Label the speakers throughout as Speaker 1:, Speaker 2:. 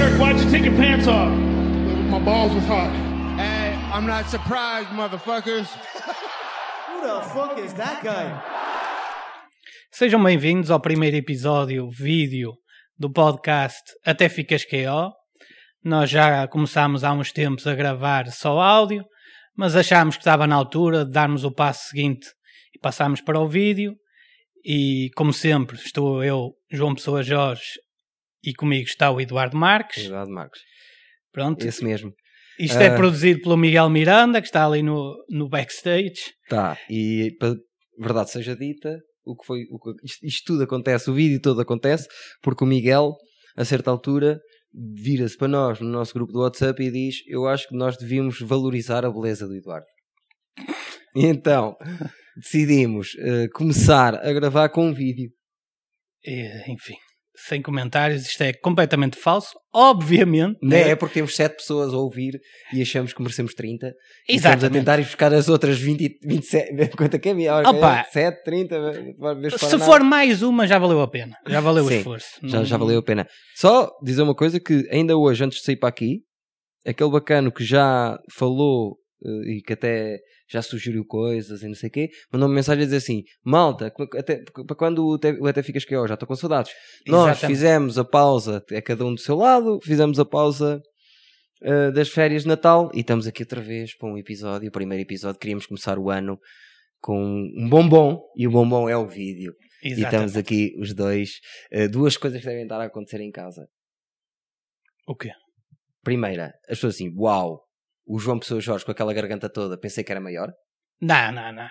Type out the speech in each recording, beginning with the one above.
Speaker 1: your pants off.
Speaker 2: My balls was hot.
Speaker 3: Hey, I'm not surprised, motherfuckers.
Speaker 4: Who the fuck is that guy?
Speaker 1: Sejam bem-vindos ao primeiro episódio vídeo do podcast Até Ficas KO. Nós já começámos há uns tempos a gravar só áudio, mas achámos que estava na altura de darmos o passo seguinte e passámos para o vídeo. E, como sempre, estou eu, João Pessoa Jorge, e comigo está o Eduardo Marques.
Speaker 5: Verdade, Marcos.
Speaker 1: Pronto.
Speaker 5: Esse mesmo.
Speaker 1: Isto é
Speaker 5: Ah.
Speaker 1: produzido pelo Miguel Miranda, que está ali no, no backstage.
Speaker 5: Tá, e pa- verdade seja dita, o que foi, o que- isto, isto tudo acontece, o vídeo todo acontece, porque o Miguel, a certa altura, vira-se para nós no nosso grupo do WhatsApp e diz: Eu acho que nós devíamos valorizar a beleza do Eduardo. E então decidimos eh, começar a gravar com um vídeo.
Speaker 1: E, enfim, sem comentários, isto é completamente falso. Obviamente.
Speaker 5: Não é porque temos 7 pessoas a ouvir e achamos que merecemos 30. E Estamos a
Speaker 1: Exatamente.
Speaker 5: tentar ir buscar as outras 20, e 27. Quanto é que é?
Speaker 1: Opa.
Speaker 5: 7, 30. vez
Speaker 1: Se
Speaker 5: para
Speaker 1: for
Speaker 5: nada.
Speaker 1: mais uma, já valeu a pena. Já valeu o
Speaker 5: Sim,
Speaker 1: esforço. Hum,
Speaker 5: Já,
Speaker 1: Não-
Speaker 5: já valeu a pena. Só dizer uma coisa que ainda hoje, antes de sair para aqui, aquele bacano que já falou eh, e que até já sugeriu coisas e não sei o quê, mandou-me mensagem a dizer assim, malta, como- até, para quando o até, o até ficas que eu já estou com saudades. Nós
Speaker 1: Exatamente.
Speaker 5: fizemos a pausa, é cada um do seu lado, fizemos a pausa eh, das férias de Natal e estamos aqui outra vez para um episódio, o primeiro episódio, queríamos começar o ano com um bombom e o bombom é o vídeo. E
Speaker 1: Exatamente.
Speaker 5: estamos aqui os dois. eh, duas coisas que devem estar a acontecer em casa.
Speaker 1: O quê?
Speaker 5: Primeira, as pessoas assim, uau, o João Pessoa Jorge com aquela garganta toda, pensei que era maior.
Speaker 1: Não, não, não.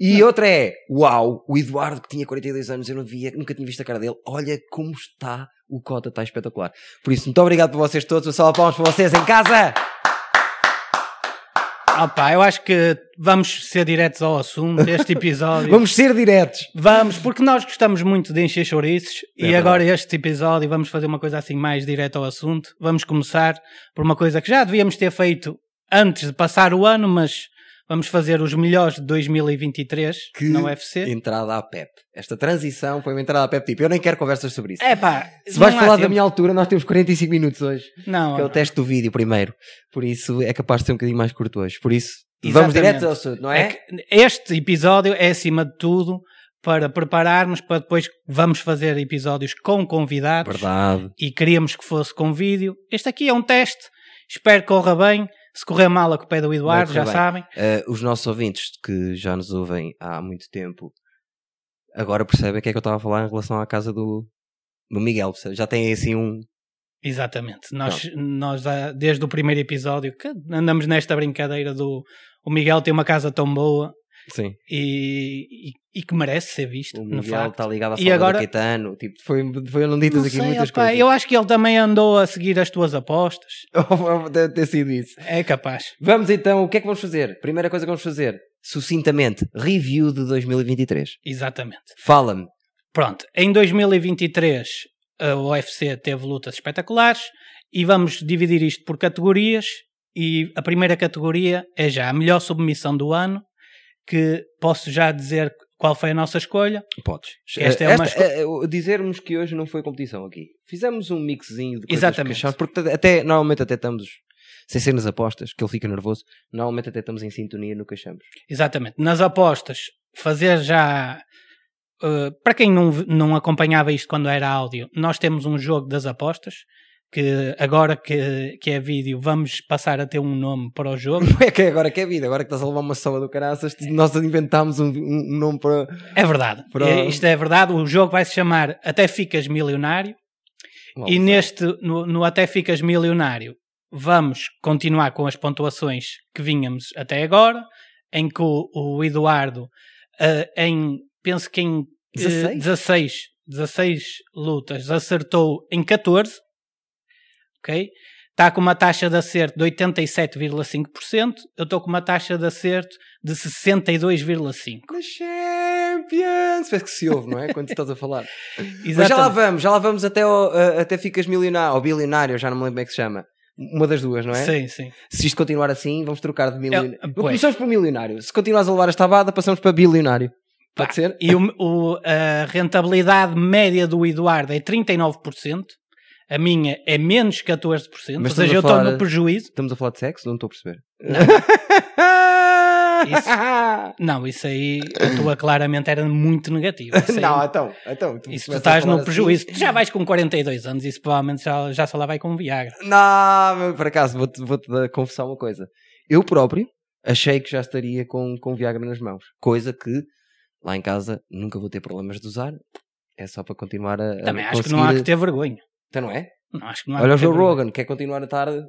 Speaker 5: E outra é, uau, o Eduardo que tinha 42 anos, eu não via, nunca tinha visto a cara dele. Olha como está, o Cota está espetacular. Por isso, muito obrigado por vocês todos. Um salve de palmas para vocês em casa.
Speaker 1: Opa, Ah, eu acho que vamos ser diretos ao assunto. Este episódio.
Speaker 5: Vamos
Speaker 1: vamos.
Speaker 5: ser diretos.
Speaker 1: porque nós gostamos muito de encher chouriços
Speaker 5: É
Speaker 1: e
Speaker 5: verdade.
Speaker 1: agora este episódio vamos fazer uma coisa assim mais direta ao assunto. Vamos começar por uma coisa que já devíamos ter feito antes de passar o ano, mas vamos fazer os melhores de 2023
Speaker 5: Que
Speaker 1: na UFC.
Speaker 5: Entrada à PEP. Esta transição foi uma entrada à PEP. Tipo, eu nem quero conversas sobre isso.
Speaker 1: É pá,
Speaker 5: Se vais falar da minha altura, nós temos 45 minutos hoje.
Speaker 1: Não,
Speaker 5: Que é o
Speaker 1: não.
Speaker 5: teste do vídeo primeiro. Por isso é capaz de ser um bocadinho mais curto hoje. Por isso, vamos
Speaker 1: Exatamente.
Speaker 5: direto ao assunto, não é?
Speaker 1: É que este episódio é acima de tudo para prepararmos para depois vamos fazer episódios com convidados
Speaker 5: Verdade.
Speaker 1: e queríamos que fosse com vídeo. Este aqui é um teste, espero que corra bem. Se correr mal, a culpa é do Eduardo, já
Speaker 5: correr bem.
Speaker 1: sabem.
Speaker 5: Eh, os nossos ouvintes que já nos ouvem há muito tempo agora percebem o que é que eu estava a falar em relação à casa do, do Miguel. percebe? Já tem assim um.
Speaker 1: Exatamente. Nós, nós ah, desde o primeiro episódio que andamos nesta brincadeira do o Miguel tem uma casa tão boa
Speaker 5: Sim.
Speaker 1: e, e- e que merece ser visto,
Speaker 5: O
Speaker 1: no
Speaker 5: um Miguel tá
Speaker 1: facto.
Speaker 5: está ligado à
Speaker 1: E
Speaker 5: sala
Speaker 1: agora-
Speaker 5: do Caetano. Tipo, foi, foi não ditas
Speaker 1: Não
Speaker 5: aqui
Speaker 1: sei,
Speaker 5: muitas
Speaker 1: opa,
Speaker 5: coisas.
Speaker 1: eu acho que ele também andou a seguir as tuas apostas.
Speaker 5: Deve ter sido isso.
Speaker 1: É capaz.
Speaker 5: Vamos então, o que é que vamos fazer? Primeira coisa que vamos fazer, sucintamente, review de 2023.
Speaker 1: Exatamente.
Speaker 5: Fala-me.
Speaker 1: Pronto, em 2023 a UFC teve lutas espetaculares e vamos dividir isto por categorias e a primeira categoria é já a melhor submissão do ano, que posso já dizer qual foi a nossa escolha.
Speaker 5: Podes.
Speaker 1: Esta é uma esco-
Speaker 5: eh, dizermos que hoje não foi competição aqui. Fizemos um mixinho de coisas
Speaker 1: Exatamente.
Speaker 5: que achámos, porque até, normalmente até estamos, sem ser nas apostas, que ele fica nervoso, normalmente até estamos em sintonia no que achamos.
Speaker 1: Exatamente. Nas apostas, fazer já. eh, para quem não, v- não acompanhava isto quando era áudio, nós temos um jogo das apostas. Que agora que, que é vídeo, vamos passar a ter um nome para o jogo.
Speaker 5: Não é que é agora que é vida, agora que estás a levar uma sola do caraças, nós inventámos um, um- um nome para...
Speaker 1: É verdade.
Speaker 5: Para-
Speaker 1: É, Isto é verdade. O jogo vai se chamar Até Ficas Milionário. e neste, no, no Até Ficas Milionário, vamos continuar com as pontuações que vínhamos até agora, em que o, o Eduardo, eh, em, penso que em eh,
Speaker 5: 16?
Speaker 1: 16, 16 lutas, acertou em 14. Ok? Está com uma taxa de acerto de 87,5%. Eu estou com uma taxa de acerto de 62,5%.
Speaker 5: Na Champions! Parece que se ouve, não é? Quando estás a falar. Mas já lá vamos, já lá vamos até, ao, eh, até ficas milionário, ou bilionário, já não me lembro como é que se chama. Uma das duas, não é?
Speaker 1: Sim, sim.
Speaker 5: se isto continuar assim, vamos trocar de milionário.
Speaker 1: É, pois.
Speaker 5: Começamos por milionário. Se continuas a levar esta bada, passamos para bilionário. Pode
Speaker 1: Pá,
Speaker 5: ser?
Speaker 1: E o- o- a rentabilidade média do Eduardo é 39%, a minha é menos 14%,
Speaker 5: Mas
Speaker 1: ou seja,
Speaker 5: estamos a
Speaker 1: eu estou
Speaker 5: falar-
Speaker 1: no prejuízo.
Speaker 5: Estamos a falar de sexo? Não estou a perceber.
Speaker 1: Isso- não, isso aí a tua claramente era muito negativa. Isso, aí-
Speaker 5: não, então. então tu
Speaker 1: isso tu
Speaker 5: começas a
Speaker 1: estás
Speaker 5: falar
Speaker 1: no
Speaker 5: assim.
Speaker 1: prejuízo. Tu já vais com 42 anos, isso provavelmente já, já só lá vai com Viagra.
Speaker 5: Não, meu, por acaso, vou-te vou confessar uma coisa. Eu próprio achei que já estaria com, com Viagra nas mãos. Coisa que lá em casa nunca vou ter problemas de usar. É só para continuar a. a
Speaker 1: Também acho que
Speaker 5: conseguir-
Speaker 1: não há que ter vergonha.
Speaker 5: Então não é?
Speaker 1: Não, acho que não há
Speaker 5: Olha o
Speaker 1: que ter
Speaker 5: Joe
Speaker 1: vergonha.
Speaker 5: Rogan, quer continuar a estar eh,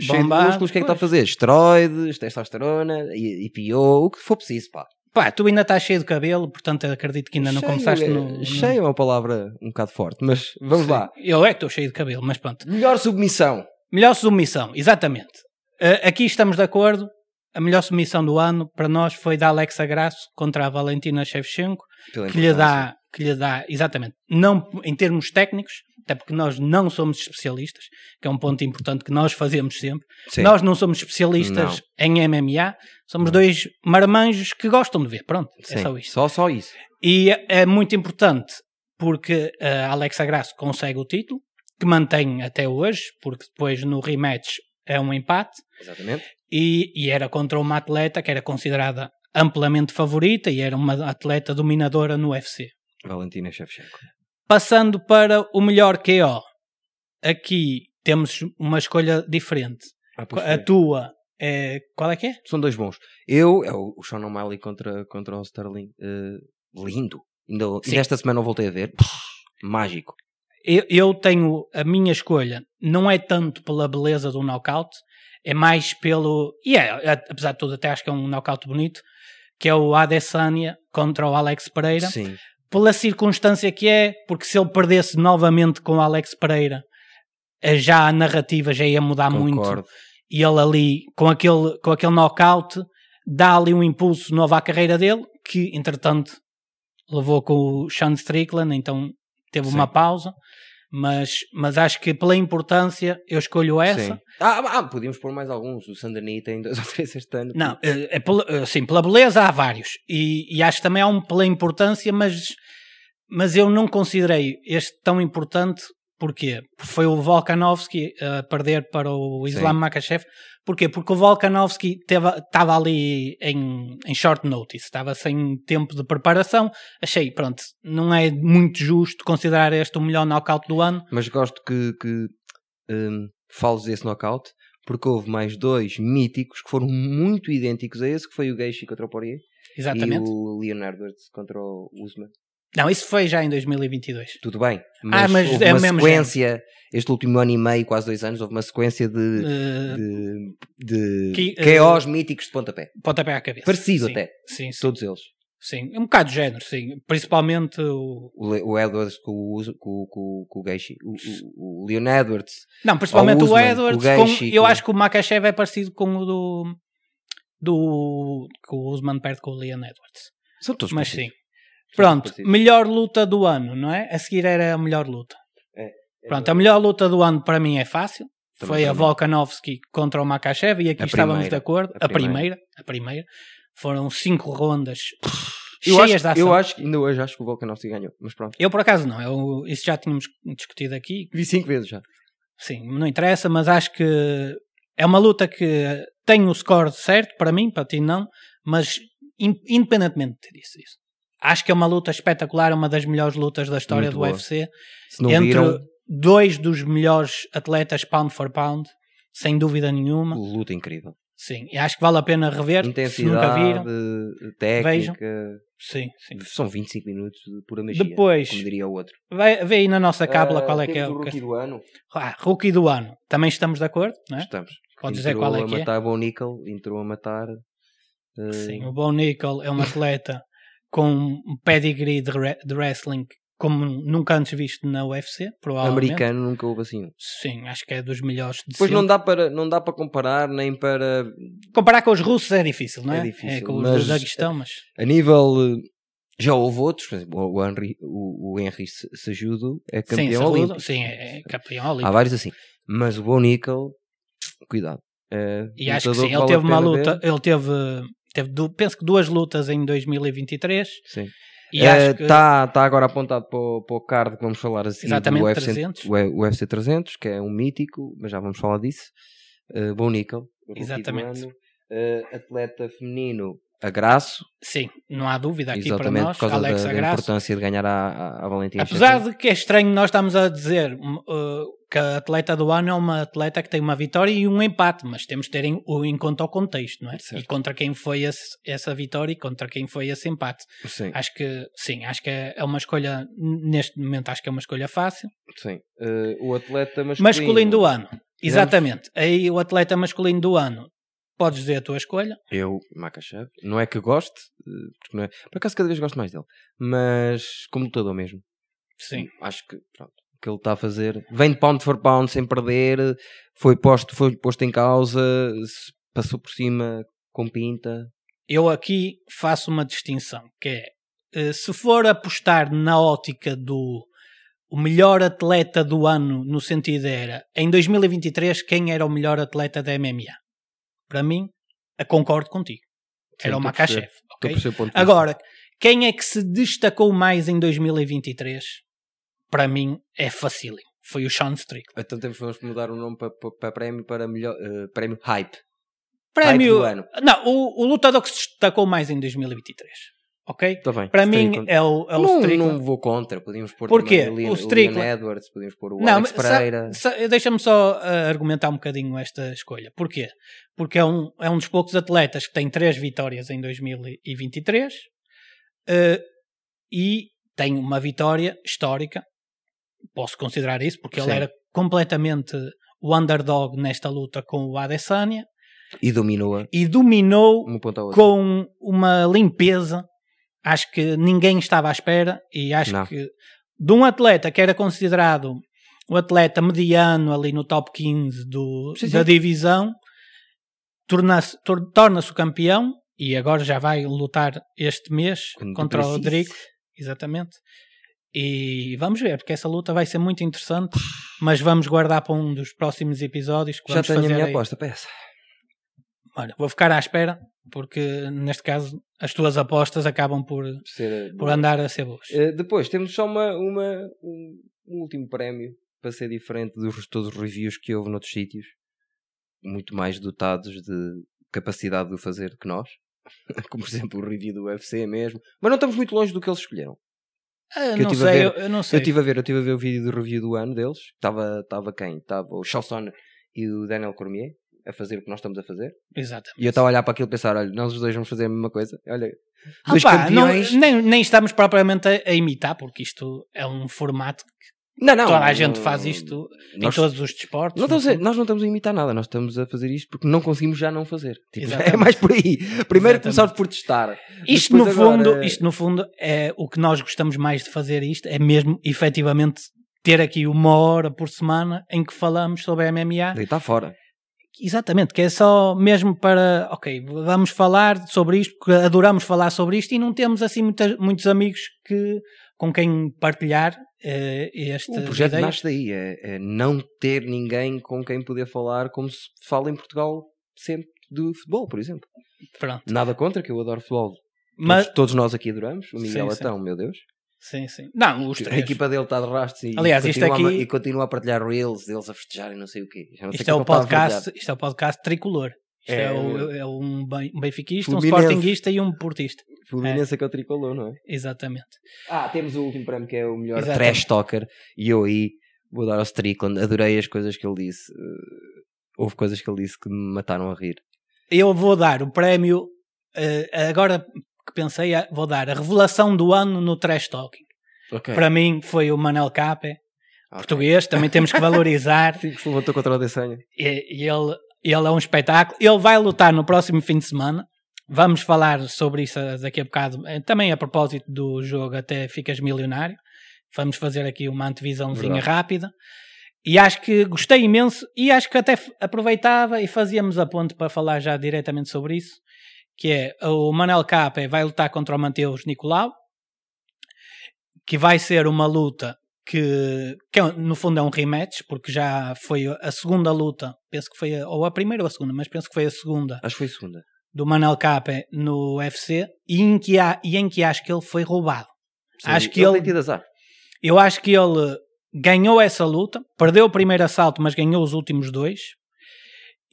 Speaker 5: cheio de
Speaker 1: Bombado,
Speaker 5: músculos, o que é que está a
Speaker 1: pois.
Speaker 5: fazer? Esteroides, testosterona, e IPO, o que for preciso, pá.
Speaker 1: Pá, tu ainda estás cheio de cabelo, portanto acredito que ainda não
Speaker 5: Cheio,
Speaker 1: começaste
Speaker 5: eh,
Speaker 1: no. no-
Speaker 5: Cheio é uma palavra um bocado forte, mas vamos lá.
Speaker 1: Eu é que estou cheio de cabelo, mas pronto.
Speaker 5: Melhor submissão.
Speaker 1: Melhor submissão, exatamente. Uh, aqui estamos de acordo. A melhor submissão do ano para nós foi da Alexa Grasso contra a Valentina Shevchenko,
Speaker 5: Pela
Speaker 1: que lhe
Speaker 5: importância.
Speaker 1: dá, que lhe dá, exatamente, não em termos técnicos, até porque nós não somos especialistas, que é um ponto importante que nós fazemos sempre.
Speaker 5: Sim.
Speaker 1: Nós não somos especialistas em MMA, somos dois marmanjos que gostam de ver, pronto,
Speaker 5: Sim,
Speaker 1: é só isto.
Speaker 5: Só, só isso.
Speaker 1: E é muito importante porque a Alexa Grasso consegue o título, que mantém até hoje, porque depois no rematch é um empate,
Speaker 5: Exatamente.
Speaker 1: e, e era contra uma atleta que era considerada amplamente favorita e era uma atleta dominadora no UFC.
Speaker 5: Valentina Shevchenko.
Speaker 1: Passando para o melhor KO, aqui temos uma escolha diferente.
Speaker 5: Ah, pois
Speaker 1: A
Speaker 5: foi.
Speaker 1: tua é. Qual é que é?
Speaker 5: São dois bons. Eu, é o, o Sean O'Malley contra, contra o Sterling. eh, lindo. Ainda, ainda
Speaker 1: Sim.
Speaker 5: esta semana eu voltei a ver. Mágico.
Speaker 1: eu, eu tenho a minha escolha não é tanto pela beleza do knockout, é mais pelo. E é, a- apesar de tudo, até acho que é um knockout bonito, que é o Adesanya contra o Alex Pereira,
Speaker 5: Sim.
Speaker 1: pela circunstância que é, porque se ele perdesse novamente com o Alex Pereira, eh, já a narrativa já ia mudar muito
Speaker 5: Concordo.
Speaker 1: e ele ali com aquele, com aquele knockout dá ali um impulso novo à carreira dele que entretanto levou com o Sean Strickland então teve
Speaker 5: Sim.
Speaker 1: uma pausa mas, mas acho que pela importância eu escolho essa
Speaker 5: Sim. Ah, ah, podíamos pôr mais alguns. O Sandani tem dois ou três este ano.
Speaker 1: não, é, é pela- é assim, pela beleza há vários e, e acho que também há um pela importância mas, mas eu não considerei este tão importante Porquê? Porque foi o Volkanovski a perder para o Islam
Speaker 5: Sim.
Speaker 1: Makachev. Porquê? Porque o Volkanovski estava ali em, em short notice, estava sem tempo de preparação. Achei, pronto, não é muito justo considerar este o melhor knockout do ano.
Speaker 5: Mas gosto que, que hum, fales desse knockout. Porque houve mais dois míticos que foram muito idênticos a esse, que foi o Geishi contra o Poirier e
Speaker 1: Exatamente.
Speaker 5: o Leonardo contra o Usman.
Speaker 1: Não, isso foi já em 2022.
Speaker 5: Tudo bem,
Speaker 1: Ah,
Speaker 5: mas,
Speaker 1: mas
Speaker 5: houve
Speaker 1: é o
Speaker 5: uma
Speaker 1: mesmo
Speaker 5: sequência, este último ano e meio, quase dois anos, houve uma sequência de,
Speaker 1: Eh,
Speaker 5: de, de
Speaker 1: Que-
Speaker 5: KOs míticos de pontapé.
Speaker 1: pontapé à cabeça.
Speaker 5: Parecido
Speaker 1: Sim,
Speaker 5: até.
Speaker 1: Sim, sim.
Speaker 5: Todos eles.
Speaker 1: Sim, é um bocado de género, sim. Principalmente o.
Speaker 5: O, Le- o Edwards com o, Us- com, com, com o Geishi. O, o, o Leon Edwards.
Speaker 1: Não, principalmente
Speaker 5: Ou o
Speaker 1: o,
Speaker 5: Usman,
Speaker 1: Edwards.
Speaker 5: o Gaethje,
Speaker 1: com, eu
Speaker 5: com-
Speaker 1: acho que o Makachev é parecido com o do. do que o Usman perde com o Leon Edwards.
Speaker 5: São todos
Speaker 1: Mas sim.
Speaker 5: parecidos. São
Speaker 1: Pronto,
Speaker 5: todos parecidos.
Speaker 1: melhor luta do ano, não é? A seguir era a melhor luta. Pronto, a melhor luta do ano para mim é fácil.
Speaker 5: É, Também
Speaker 1: Foi
Speaker 5: para
Speaker 1: a
Speaker 5: mim.
Speaker 1: Volkanovski contra o Makachev e aqui
Speaker 5: A
Speaker 1: estávamos
Speaker 5: primeira,
Speaker 1: de acordo.
Speaker 5: a
Speaker 1: A primeira. a primeira. Foram cinco rondas
Speaker 5: Eu
Speaker 1: cheias de
Speaker 5: acho,
Speaker 1: ação.
Speaker 5: eu acho que ainda hoje acho que o Volkanovski ganhou. Mas pronto.
Speaker 1: Eu, por acaso não, eu, isso já tínhamos discutido aqui,
Speaker 5: Vi cinco vezes já.
Speaker 1: Sim, não interessa, mas acho que é uma luta que tem o score certo para mim, para ti não, mas in- independentemente de ter isso, isso. Acho que é uma luta espetacular, uma das melhores lutas da história
Speaker 5: Muito
Speaker 1: do
Speaker 5: boa.
Speaker 1: UFC,
Speaker 5: Se não
Speaker 1: entre
Speaker 5: viram,
Speaker 1: dois dos melhores atletas pound for pound, sem dúvida nenhuma.
Speaker 5: luta incrível.
Speaker 1: Sim, e acho que vale a pena rever, se nunca
Speaker 5: Intensidade,
Speaker 1: viram.
Speaker 5: técnica.
Speaker 1: Sim, sim.
Speaker 5: São 25 minutos de pura magia.
Speaker 1: Depois-
Speaker 5: Como diria o outro.
Speaker 1: Vai- Vê aí na nossa cábula
Speaker 5: Ah,
Speaker 1: qual é que é
Speaker 5: temos o
Speaker 1: o
Speaker 5: rookie
Speaker 1: que...
Speaker 5: do ano.
Speaker 1: Ah, rookie do ano. Também estamos de acordo, não é?
Speaker 5: Estamos.
Speaker 1: Podes dizer qual é
Speaker 5: a
Speaker 1: que é?
Speaker 5: matar Bo Nickel, entrou a matar. eh,
Speaker 1: Sim, o Bo Nickel é um atleta com um pedigree de, re- de wrestling como nunca antes visto na UFC, provavelmente.
Speaker 5: americano nunca houve assim. um.
Speaker 1: Sim, acho que é dos melhores de
Speaker 5: Pois
Speaker 1: sempre.
Speaker 5: não dá, para, não dá para comparar nem para.
Speaker 1: Comparar com os russos é difícil, não é?
Speaker 5: É difícil,
Speaker 1: com os
Speaker 5: mas-
Speaker 1: do Daguestão, mas...
Speaker 5: A nível. eh, Já houve outros, por exemplo, o Henry, o, o Henry Se- Sejudo é
Speaker 1: Sim,
Speaker 5: campeão
Speaker 1: Cerrudo,
Speaker 5: olímpico.
Speaker 1: sim, é é campeão olímpico.
Speaker 5: Há vários assim. Mas o Bo Nickel, cuidado. É
Speaker 1: E acho que
Speaker 5: lutador
Speaker 1: sim, ele
Speaker 5: vale a
Speaker 1: teve uma
Speaker 5: pena ver.
Speaker 1: luta, ele teve, teve du- penso que duas lutas em 2023
Speaker 5: Sim.
Speaker 1: E acho que
Speaker 5: Está agora apontado para o, para o card que vamos falar assim
Speaker 1: Exatamente,
Speaker 5: do UFC
Speaker 1: 300.
Speaker 5: o U- UFC 300, que é um mítico, mas já vamos falar disso. Uh, bom níquel. rookie do
Speaker 1: Exatamente.
Speaker 5: ano. Uh, atleta feminino, Agraço.
Speaker 1: sim, não há dúvida Tá aqui para
Speaker 5: Exatamente,
Speaker 1: nós,
Speaker 5: por causa
Speaker 1: Alex
Speaker 5: da, da
Speaker 1: Graça.
Speaker 5: importância de ganhar a, a- a Valentina
Speaker 1: Apesar
Speaker 5: Shevchenko.
Speaker 1: de que é estranho nós estamos a dizer hum, uh, que a atleta do ano é uma atleta que tem uma vitória e um empate, mas temos de ter em, o- em conta o contexto, não é?
Speaker 5: Certo.
Speaker 1: E contra quem foi esse- essa vitória e contra quem foi esse empate.
Speaker 5: Sim,
Speaker 1: Acho que sim, acho que é é uma escolha, n- neste momento acho que é uma escolha fácil.
Speaker 5: sim. Uh, o atleta masculino.
Speaker 1: Masculino do ano. Exatamente. Aí o atleta masculino do ano. Podes dizer a tua escolha?
Speaker 5: Eu, Makachev. Não é que goste, uh, porque não é... por acaso cada vez gosto mais dele, mas como lutador mesmo.
Speaker 1: Sim.
Speaker 5: Acho que, pronto, o que ele está a fazer. Vem de pound for pound sem perder, foi posto, foi posto em causa, se passou por cima com pinta.
Speaker 1: Eu aqui faço uma distinção, que é, eh, se for apostar na ótica do o melhor atleta do ano, no sentido era, em 2023, quem era o melhor atleta da MMA? Para mim, eu concordo contigo.
Speaker 5: Sim,
Speaker 1: Era o
Speaker 5: estou a perceber.
Speaker 1: Makachev,
Speaker 5: Estou
Speaker 1: ok?
Speaker 5: por seu ponto de
Speaker 1: Agora, quem é que se destacou mais em 2023? Para mim, é facílimo. Foi o Sean Strickland.
Speaker 5: vista. Então temos vamos mudar o nome para, para, para prémio para melhor eh, prémio hype.
Speaker 1: Prémio.
Speaker 5: do ano.
Speaker 1: Não, o, o lutador que se destacou mais em 2023. Ok?
Speaker 5: Está Tá bem.
Speaker 1: Para
Speaker 5: Strickland.
Speaker 1: mim é o, é o
Speaker 5: não,
Speaker 1: Strickland.
Speaker 5: não vou contra, podíamos pôr
Speaker 1: Porquê?
Speaker 5: também Leon,
Speaker 1: O Strickland-
Speaker 5: Leon Edwards, podíamos pôr o
Speaker 1: Não,
Speaker 5: Alex
Speaker 1: mas sa-
Speaker 5: Pereira.
Speaker 1: sa- deixa-me só ah, argumentar um bocadinho esta escolha. Porquê? Porque é um, é um dos poucos atletas que tem três vitórias em 2023 ah, e tem uma vitória histórica. Posso considerar isso, porque ele
Speaker 5: Sim.
Speaker 1: era completamente o underdog nesta luta com o Adesanya
Speaker 5: E dominou-a.
Speaker 1: e dominou
Speaker 5: Um ponto ao outro.
Speaker 1: com uma limpeza. Acho que ninguém estava à espera e acho
Speaker 5: Não.
Speaker 1: que de um atleta que era considerado o atleta mediano ali no top 15 do,
Speaker 5: Sim,
Speaker 1: da
Speaker 5: sim.
Speaker 1: divisão, torna-se- tor- torna-se o campeão e agora já vai lutar este mês
Speaker 5: Com o
Speaker 1: contra o
Speaker 5: Duplessis.
Speaker 1: Rodrigo. Exatamente. E vamos ver, porque essa luta vai ser muito interessante, mas vamos guardar para um dos próximos episódios que
Speaker 5: Já
Speaker 1: vamos
Speaker 5: tenho a
Speaker 1: fazer
Speaker 5: minha
Speaker 1: aí.
Speaker 5: aposta, peça.
Speaker 1: Olha, vou ficar à espera, porque neste caso as tuas apostas acabam por, por andar a ser boas.
Speaker 5: Eh, depois temos só uma, uma- um, um último prémio para ser diferente dos todos os reviews que houve noutros sítios, muito mais dotados de capacidade de o fazer que nós, como por exemplo o review do UFC mesmo, mas não estamos muito longe do que eles escolheram.
Speaker 1: Ah, eu
Speaker 5: que eu
Speaker 1: não
Speaker 5: tive a
Speaker 1: sei,
Speaker 5: ver-
Speaker 1: eu, eu não sei.
Speaker 5: Eu estive a ver, eu estive a ver o vídeo do review do ano deles, estava estava quem? Estava o Chausson e o Daniel Cormier a fazer o que nós estamos a fazer.
Speaker 1: Exatamente.
Speaker 5: E eu estava a olhar para aquilo e pensar, olha, nós os dois vamos fazer a mesma coisa. Olha,
Speaker 1: Ah
Speaker 5: dois
Speaker 1: pá, não-
Speaker 5: campeões.
Speaker 1: nem, nem estamos propriamente a, a imitar, porque isto é um formato que
Speaker 5: Não, não.
Speaker 1: toda a gente
Speaker 5: não-
Speaker 1: faz isto
Speaker 5: nós-
Speaker 1: em todos os desportos.
Speaker 5: Não
Speaker 1: no
Speaker 5: estamos a-
Speaker 1: fundo.
Speaker 5: nós não estamos a imitar nada, nós estamos a fazer isto porque não conseguimos já não fazer. Tipo,
Speaker 1: Exatamente.
Speaker 5: é mais por aí. Primeiro
Speaker 1: Exatamente.
Speaker 5: começámos por testar.
Speaker 1: isto, no
Speaker 5: Depois
Speaker 1: fundo,
Speaker 5: agora-
Speaker 1: isto no fundo é o que nós gostamos mais de fazer isto, é mesmo efetivamente ter aqui uma hora por semana em que falamos sobre a MMA
Speaker 5: Deitar fora.
Speaker 1: Exatamente, que é só mesmo para, ok, vamos falar sobre isto, porque adoramos falar sobre isto e não temos assim muita- muitos amigos que, com quem partilhar eh, este
Speaker 5: O Um projeto
Speaker 1: ideia.
Speaker 5: nasce daí, é, é não ter ninguém com quem poder falar como se fala em Portugal sempre do futebol, por exemplo.
Speaker 1: Pronto.
Speaker 5: Nada contra, que eu adoro futebol.
Speaker 1: Mas,
Speaker 5: Todos, todos nós aqui adoramos. O Miguel
Speaker 1: Sim, sim.
Speaker 5: então, meu Deus.
Speaker 1: sim, sim. Não, os
Speaker 5: A
Speaker 1: três.
Speaker 5: equipa dele está de rastros e,
Speaker 1: Aliás, isto
Speaker 5: continua a, ma-
Speaker 1: aqui-
Speaker 5: e continua a partilhar reels deles a festejar e não sei o quê. Já não sei
Speaker 1: Isto
Speaker 5: que que
Speaker 1: é o
Speaker 5: ele está a
Speaker 1: podcast,
Speaker 5: partilhar.
Speaker 1: isto é o podcast tricolor. Isto é,
Speaker 5: É,
Speaker 1: o- é um ben- um benfiquista, um
Speaker 5: Fluminense.
Speaker 1: sportinguista e um portista.
Speaker 5: Fluminense é que é o tricolor, não é?
Speaker 1: Exatamente.
Speaker 5: Ah, temos o último prémio que é o melhor
Speaker 1: Exato.
Speaker 5: trash talker. E eu aí vou dar ao Strickland. Adorei as coisas que ele disse. Eh, houve coisas que ele disse que me mataram a rir.
Speaker 1: Eu vou dar o prémio, eh, agora que pensei, ah, vou dar a revelação do ano no Trash Talking.
Speaker 5: Ok.
Speaker 1: Para mim foi o Manel Capé, português, também temos que valorizar.
Speaker 5: Sim, que se levantou contra o desenho.
Speaker 1: E- e ele, ele é um espetáculo. Ele vai lutar no próximo fim de semana. Vamos falar sobre isso daqui a bocado. Eh, Também a propósito do jogo Até Ficas Milionário. Vamos fazer aqui uma antevisãozinha
Speaker 5: Verdade.
Speaker 1: rápida. E acho que gostei imenso e acho que até f- aproveitava e fazíamos a ponte para falar já diretamente sobre isso, que é o Manel Capé vai lutar contra o Mateus Nicolau, que vai ser uma luta que, que é um- no fundo é um rematch, porque já foi a segunda luta, penso que foi, a, ou a primeira ou a segunda, mas penso que foi a segunda
Speaker 5: Acho que foi segunda.
Speaker 1: do Manel Capé no UFC e em que, há, e em que acho que ele foi roubado.
Speaker 5: Percebes?
Speaker 1: Acho que ele-
Speaker 5: tem tido azar.
Speaker 1: Eu acho que ele ganhou essa luta, perdeu o primeiro assalto, mas ganhou os últimos dois.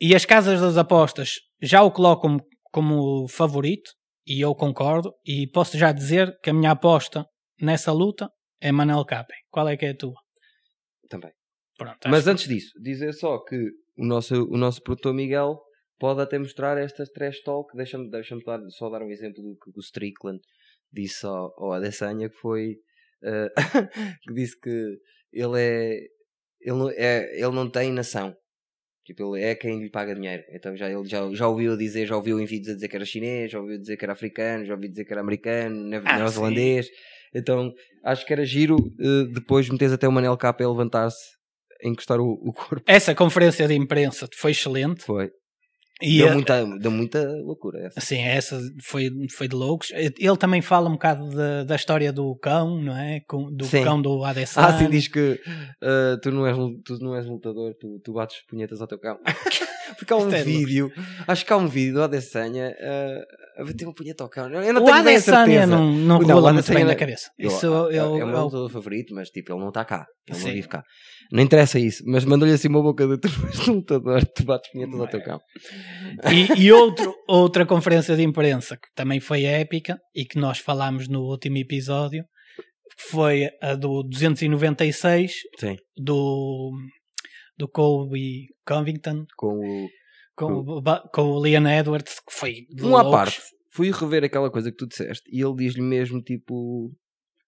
Speaker 1: E as casas das apostas já o colocam como favorito, e eu concordo. E posso já dizer que a minha aposta nessa luta é Manel Capem. Qual é que é a tua?
Speaker 5: Também.
Speaker 1: Pronto,
Speaker 5: Mas
Speaker 1: acho-
Speaker 5: antes disso, dizer só que o nosso, o nosso produtor Miguel pode até mostrar estas trash talk. Deixa-me deixa só dar um exemplo do que o Strickland disse ao, ao Adesanya, que foi eh, que disse que ele é ele, não- é ele não tem nação. Tipo, ele é quem lhe paga dinheiro. Então já, ele já, já ouviu dizer, já ouviu em vídeos a dizer que era chinês, já ouviu dizer que era africano, já ouviu dizer que era americano, neve-
Speaker 1: Ah,
Speaker 5: neozelandês. Então acho que era giro eh, depois meteres até o Manel Capa a levantar-se, a encostar o, o corpo.
Speaker 1: Essa conferência de imprensa foi excelente.
Speaker 5: Foi.
Speaker 1: E
Speaker 5: deu,
Speaker 1: a-
Speaker 5: muita, deu muita loucura essa.
Speaker 1: Sim, essa foi, foi de loucos. Ele também fala um bocado da, da história do cão, não é? Com- Do
Speaker 5: Sim.
Speaker 1: cão do Adesanya.
Speaker 5: Ah, sim, diz que eh, tu, não és, lu- tu não és lutador, tu, tu bates punhetas ao teu cão. Porque há um
Speaker 1: Isto é louco.
Speaker 5: vídeo, acho que há um vídeo do Adesanya eh, a bater uma punheta ao cão. Eu não
Speaker 1: o
Speaker 5: tenho bem a
Speaker 1: Adesanya
Speaker 5: certeza.
Speaker 1: não,
Speaker 5: Não,
Speaker 1: não rola
Speaker 5: o
Speaker 1: muito bem
Speaker 5: Adesanya-
Speaker 1: na cabeça. Isso eu,
Speaker 5: é o
Speaker 1: eu,
Speaker 5: meu
Speaker 1: eu-
Speaker 5: lutador favorito, mas tipo, ele não está cá. Ele
Speaker 1: Sim.
Speaker 5: não vive cá. Não interessa isso, mas mandou-lhe assim uma boca de tu não és lutador, tu bates punhetas ao
Speaker 1: é.
Speaker 5: teu cão.
Speaker 1: E, e outro, outra conferência de imprensa que também foi épica e que nós falámos no último episódio foi a do 296
Speaker 5: Sim.
Speaker 1: do, do Colby Covington
Speaker 5: Com o...
Speaker 1: com, o Ba- com o Leon Edwards, que foi de
Speaker 5: Hum. Um à
Speaker 1: loucos.
Speaker 5: parte, fui rever aquela coisa que tu disseste e ele diz-lhe mesmo tipo...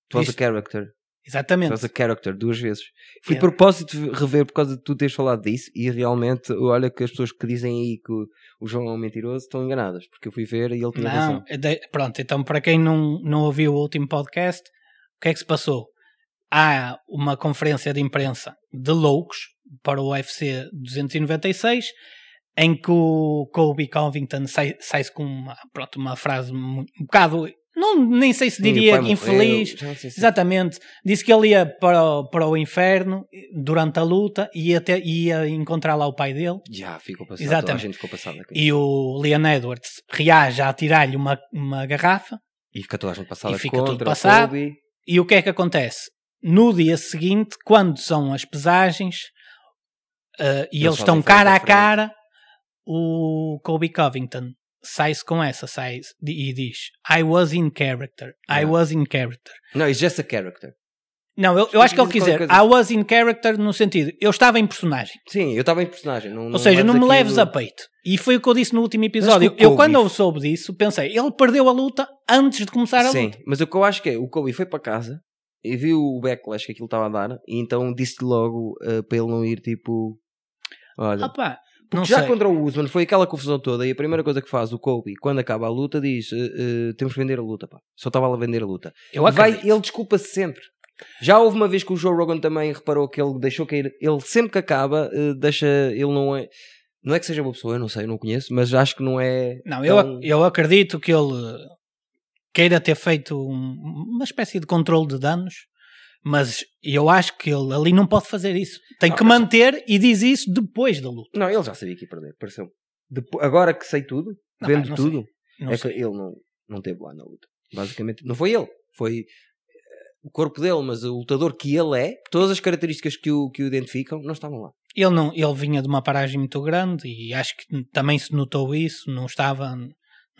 Speaker 5: Tu és a
Speaker 1: Diz-
Speaker 5: character. Tu
Speaker 1: Exatamente.
Speaker 5: és a character, duas vezes. Fui de
Speaker 1: É.
Speaker 5: propósito rever por causa de tu teres falado disso e realmente, olha que as pessoas que dizem aí que o- o João é um mentiroso estão enganadas, porque eu fui ver e ele tinha
Speaker 1: Não,
Speaker 5: razão.
Speaker 1: de- pronto, então para quem não, não ouviu o último podcast, o que é que se passou? Há uma conferência de imprensa de loucos para o UFC 296, em que o Kobe Covington sai- sai-se com uma, pronto, uma frase mu- um bocado, não, nem sei se diria
Speaker 5: Sim, o pai
Speaker 1: infeliz,
Speaker 5: morreu, já não sei se-
Speaker 1: Exatamente. Disse que ele ia para o, para o inferno durante a luta e ia, ter- ia encontrar lá o pai dele.
Speaker 5: Já, ficou passado.
Speaker 1: Exatamente.
Speaker 5: Toda a gente ficou passada. aqui.
Speaker 1: E o Leon Edwards reage a atirar-lhe uma, uma garrafa.
Speaker 5: E fica toda a gente passada
Speaker 1: E fica tudo
Speaker 5: contra o
Speaker 1: passado.
Speaker 5: Kobe.
Speaker 1: E o que é que acontece? No dia seguinte, quando são as pesagens eh, e
Speaker 5: Eles
Speaker 1: eles estão
Speaker 5: fazem frente
Speaker 1: cara
Speaker 5: a
Speaker 1: a
Speaker 5: frente.
Speaker 1: cara, o Kobe Covington sai-se com essa sai e diz: I was in character, I
Speaker 5: Yeah.
Speaker 1: was in character.
Speaker 5: Não, it's just a character.
Speaker 1: Não, eu, eu
Speaker 5: Esqueci
Speaker 1: acho que ele
Speaker 5: de
Speaker 1: quiser
Speaker 5: qualquer
Speaker 1: I
Speaker 5: coisa.
Speaker 1: was in character no sentido, eu estava em personagem.
Speaker 5: Sim, eu estava em personagem. Não,
Speaker 1: Ou seja, não me leves a
Speaker 5: aquilo-
Speaker 1: peito. E foi o que eu disse no último episódio.
Speaker 5: que o
Speaker 1: Eu,
Speaker 5: Kobe-
Speaker 1: quando eu soube disso, pensei, ele perdeu a luta antes de começar a
Speaker 5: Sim,
Speaker 1: luta.
Speaker 5: mas o que eu acho que é, o Kobe foi para casa e viu o backlash que aquilo estava a dar e então disse-lhe logo eh, para ele não ir tipo... Olha,
Speaker 1: Opa, não
Speaker 5: já
Speaker 1: sei.
Speaker 5: contra o Usman foi aquela confusão toda e a primeira coisa que faz o Kobe quando acaba a luta diz eh, eh, temos que vender a luta, pá. Só estava a vender a luta.
Speaker 1: Eu
Speaker 5: E vai,
Speaker 1: acredito.
Speaker 5: ele desculpa-se sempre. Já houve uma vez que o Joe Rogan também reparou que ele deixou cair. Ele sempre que acaba, eh, deixa. Ele não é. Não é que seja uma pessoa, eu não sei, eu não conheço, mas acho que não é.
Speaker 1: Não, eu,
Speaker 5: tão-
Speaker 1: ac- eu acredito que ele queira ter feito um- uma espécie de controle de danos, mas eu acho que ele ali não pode fazer isso. Tem
Speaker 5: Não,
Speaker 1: que
Speaker 5: mas-
Speaker 1: manter e diz isso depois da luta.
Speaker 5: Não, ele já sabia que ia perder, pareceu. Depo- Agora que sei tudo,
Speaker 1: Não,
Speaker 5: vendo
Speaker 1: não sei,
Speaker 5: tudo,
Speaker 1: Não
Speaker 5: é
Speaker 1: sei.
Speaker 5: que ele não, não teve lá na luta. Basicamente, não foi ele, foi eh, o corpo dele, mas o lutador que ele é, todas as características que o, que o identificam, não estavam lá.
Speaker 1: Ele, não, ele vinha de uma paragem muito grande e acho que também se notou isso, não estava, não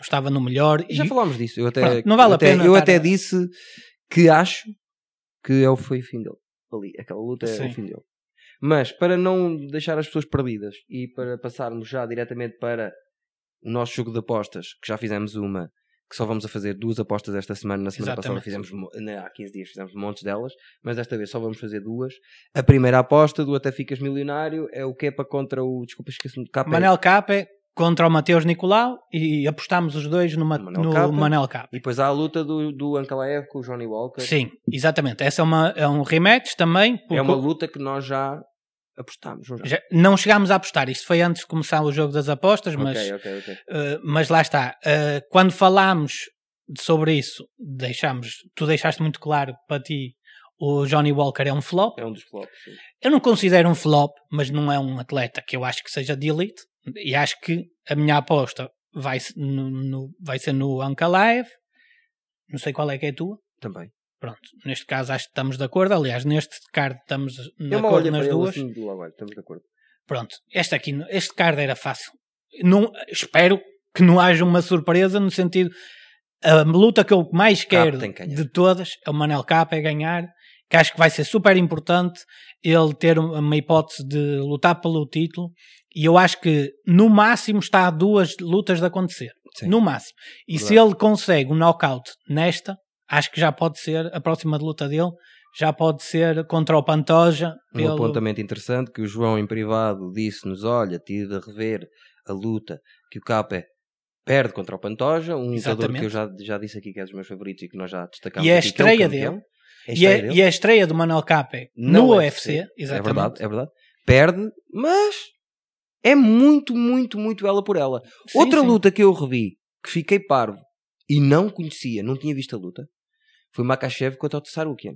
Speaker 1: estava no melhor.
Speaker 5: Já
Speaker 1: e,
Speaker 5: falámos disso. Eu até,
Speaker 1: Pronto, não vale
Speaker 5: eu
Speaker 1: a
Speaker 5: até-
Speaker 1: pena
Speaker 5: Eu
Speaker 1: estar
Speaker 5: até
Speaker 1: a-
Speaker 5: disse que acho que é o foi o fim dele. Ali, aquela luta é
Speaker 1: Sim.
Speaker 5: o fim dele. Mas para não deixar as pessoas perdidas e para passarmos já diretamente para o nosso jogo de apostas, que já fizemos uma, que só vamos a fazer duas apostas esta semana. Na semana passada
Speaker 1: Exatamente.
Speaker 5: fizemos, mo- na- há 15 dias fizemos montes delas, mas desta vez só vamos fazer duas. A primeira aposta do Até Ficas Milionário é o Kepa contra o. Desculpa, esqueci-me do Kepa.
Speaker 1: Manel Capé contra o Mateus Nicolau e apostámos os dois no, Ma-
Speaker 5: Manel
Speaker 1: no
Speaker 5: Capa.
Speaker 1: Manel Capé.
Speaker 5: E depois há a luta do, do Ankalaev com o Johnny Walker.
Speaker 1: Sim, exatamente. Essa é, uma, é um rematch também. Porque
Speaker 5: É uma luta que nós já apostámos. não é? já?
Speaker 1: já- não chegámos a apostar. Isto foi antes de começar o jogo das apostas, mas,
Speaker 5: Ok, ok, ok.
Speaker 1: eh, mas lá está. Eh, quando falámos de- sobre isso, deixámos, tu deixaste muito claro para ti o Johnny Walker é um flop.
Speaker 5: É um dos flops. sim.
Speaker 1: Eu não considero um flop, mas não é um atleta que eu acho que seja de elite. E acho que a minha aposta vai, se- no, no- vai ser no Ankalaev. Não sei qual é que é a tua.
Speaker 5: Também.
Speaker 1: Pronto, neste caso acho que estamos de acordo. Aliás, neste card estamos de
Speaker 5: eu mal olhei
Speaker 1: acordo nas
Speaker 5: É para
Speaker 1: duas.
Speaker 5: duas. ele assim, do lado, olha, estamos de acordo.
Speaker 1: Pronto, este aqui, este card era fácil. Não, espero que não haja uma surpresa no sentido. A luta que eu mais quero
Speaker 5: tem que ganhar.
Speaker 1: de todas é o Manel Capa é ganhar, que acho que vai ser super importante ele ter um, uma hipótese de lutar pelo título. E eu acho que no máximo está a duas lutas de acontecer.
Speaker 5: Sim.
Speaker 1: No máximo. E se ele consegue um knockout nesta, acho que já pode ser a próxima luta dele. Já pode ser contra o Pantoja
Speaker 5: Um
Speaker 1: pelo,
Speaker 5: apontamento interessante que o João em privado disse-nos, olha, tive de rever a luta que o Capa perde contra o Pantoja, um lutador
Speaker 1: Exatamente.
Speaker 5: que eu já, já disse aqui que é dos meus favoritos e que nós já destacámos
Speaker 1: E é a
Speaker 5: aqui, que é o
Speaker 1: estreia
Speaker 5: campeão.
Speaker 1: dele.
Speaker 5: É a
Speaker 1: E
Speaker 5: estreia
Speaker 1: a,
Speaker 5: dele.
Speaker 1: e a estreia do Manuel Capé
Speaker 5: Não
Speaker 1: no
Speaker 5: é
Speaker 1: UFC,
Speaker 5: UFC,
Speaker 1: exatamente.
Speaker 5: É verdade, é verdade. Perde, mas é muito, muito, muito ela por ela.
Speaker 1: Sim,
Speaker 5: É Outra
Speaker 1: sim.
Speaker 5: luta que eu revi, que fiquei parvo e não conhecia, não tinha visto a luta, foi Makachev contra o Tsarukian,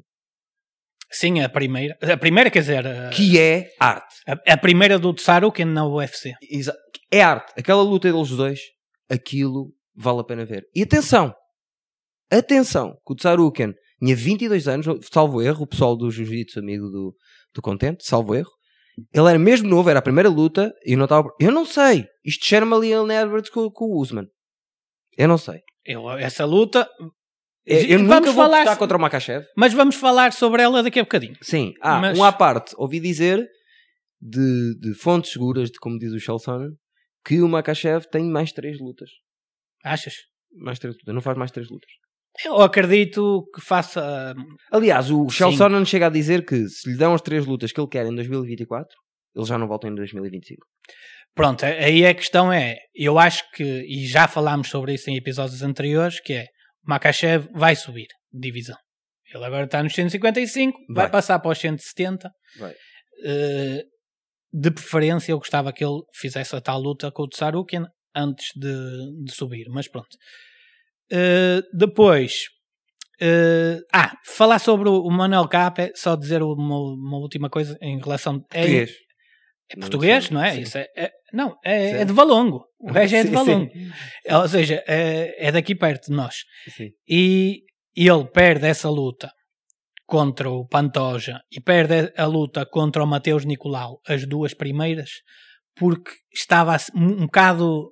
Speaker 1: Sim, a primeira. A primeira, quer dizer, a,
Speaker 5: que é arte.
Speaker 1: a- a primeira do Tsarukin na UFC.
Speaker 5: Exa- É arte. Aquela luta deles dois, aquilo vale a pena ver. E atenção, atenção, que o Tsarukian tinha 22 anos, salvo erro, o pessoal do Jiu-Jitsu, amigo do, do Contente, salvo erro. Ele era mesmo novo, era a primeira luta, e eu não estava. Eu não sei. Isto cheira-me ali a Leon Edwards com, com o Usman. Eu não sei.
Speaker 1: Eu- essa luta.
Speaker 5: Eu, eu
Speaker 1: vamos
Speaker 5: nunca vou
Speaker 1: falar.
Speaker 5: lutar contra o Makachev.
Speaker 1: Mas vamos falar sobre ela daqui a bocadinho.
Speaker 5: Sim, ah,
Speaker 1: Mas-
Speaker 5: um à parte, ouvi dizer de, de fontes seguras, de como diz o Shelson, que o Makachev tem mais três lutas.
Speaker 1: Achas?
Speaker 5: Mais três lutas, não faz mais três lutas.
Speaker 1: Eu acredito que faça. hum,
Speaker 5: Aliás, o
Speaker 1: Sim.
Speaker 5: Shelson não chega a dizer que se lhe dão as três lutas que ele quer em 2024, ele já não volta em 2025.
Speaker 1: Pronto, aí a questão é. Eu acho que. E já falámos sobre isso em episódios anteriores. Que é. Makachev vai subir de divisão. Ele agora está nos 155. Vai,
Speaker 5: Vai.
Speaker 1: passar para os 170.
Speaker 5: Vai.
Speaker 1: Eh, de preferência, eu gostava que ele fizesse a tal luta com o Tsarukian antes de, de subir, mas pronto. Eh, depois, eh, ah, falar sobre o, o Manuel Capa, só dizer uma, uma última coisa em relação. É,
Speaker 5: Português.
Speaker 1: é português, não é?
Speaker 5: Sim.
Speaker 1: Isso é, é- não, é,
Speaker 5: Sim.
Speaker 1: é de Valongo. O gajo é de
Speaker 5: Sim,
Speaker 1: Valongo. Ou seja, é, é daqui perto de nós
Speaker 5: Sim.
Speaker 1: e ele perde essa luta contra o Pantoja e perde a luta contra o Mateus Nicolau, as duas primeiras, porque estava a se- um um bocado.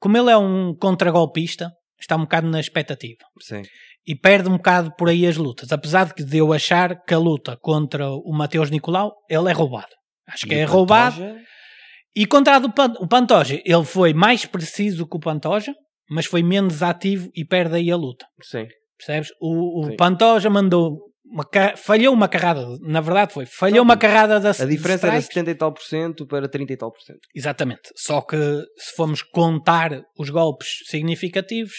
Speaker 1: Como ele é um contragolpista, está um bocado na expectativa
Speaker 5: Sim.
Speaker 1: e perde um bocado por aí as lutas. Apesar de que de eu achar que a luta contra o Mateus Nicolau, ele é roubado. Acho que
Speaker 5: E
Speaker 1: é
Speaker 5: o
Speaker 1: roubado.
Speaker 5: Pantoja,
Speaker 1: E contra a do Pan- o Pantoja, ele foi mais preciso que o Pantoja, mas foi menos ativo e perde aí a luta.
Speaker 5: Sim.
Speaker 1: Percebes? O,
Speaker 5: Sim.
Speaker 1: o Pantoja mandou. Uma ca- Falhou uma carrada, de- na verdade foi. Falhou uma carrada da
Speaker 5: A diferença era
Speaker 1: de strikes.
Speaker 5: 70 e tal por cento para 30 e tal por cento.
Speaker 1: Exatamente. Só que se formos contar os golpeis significativos,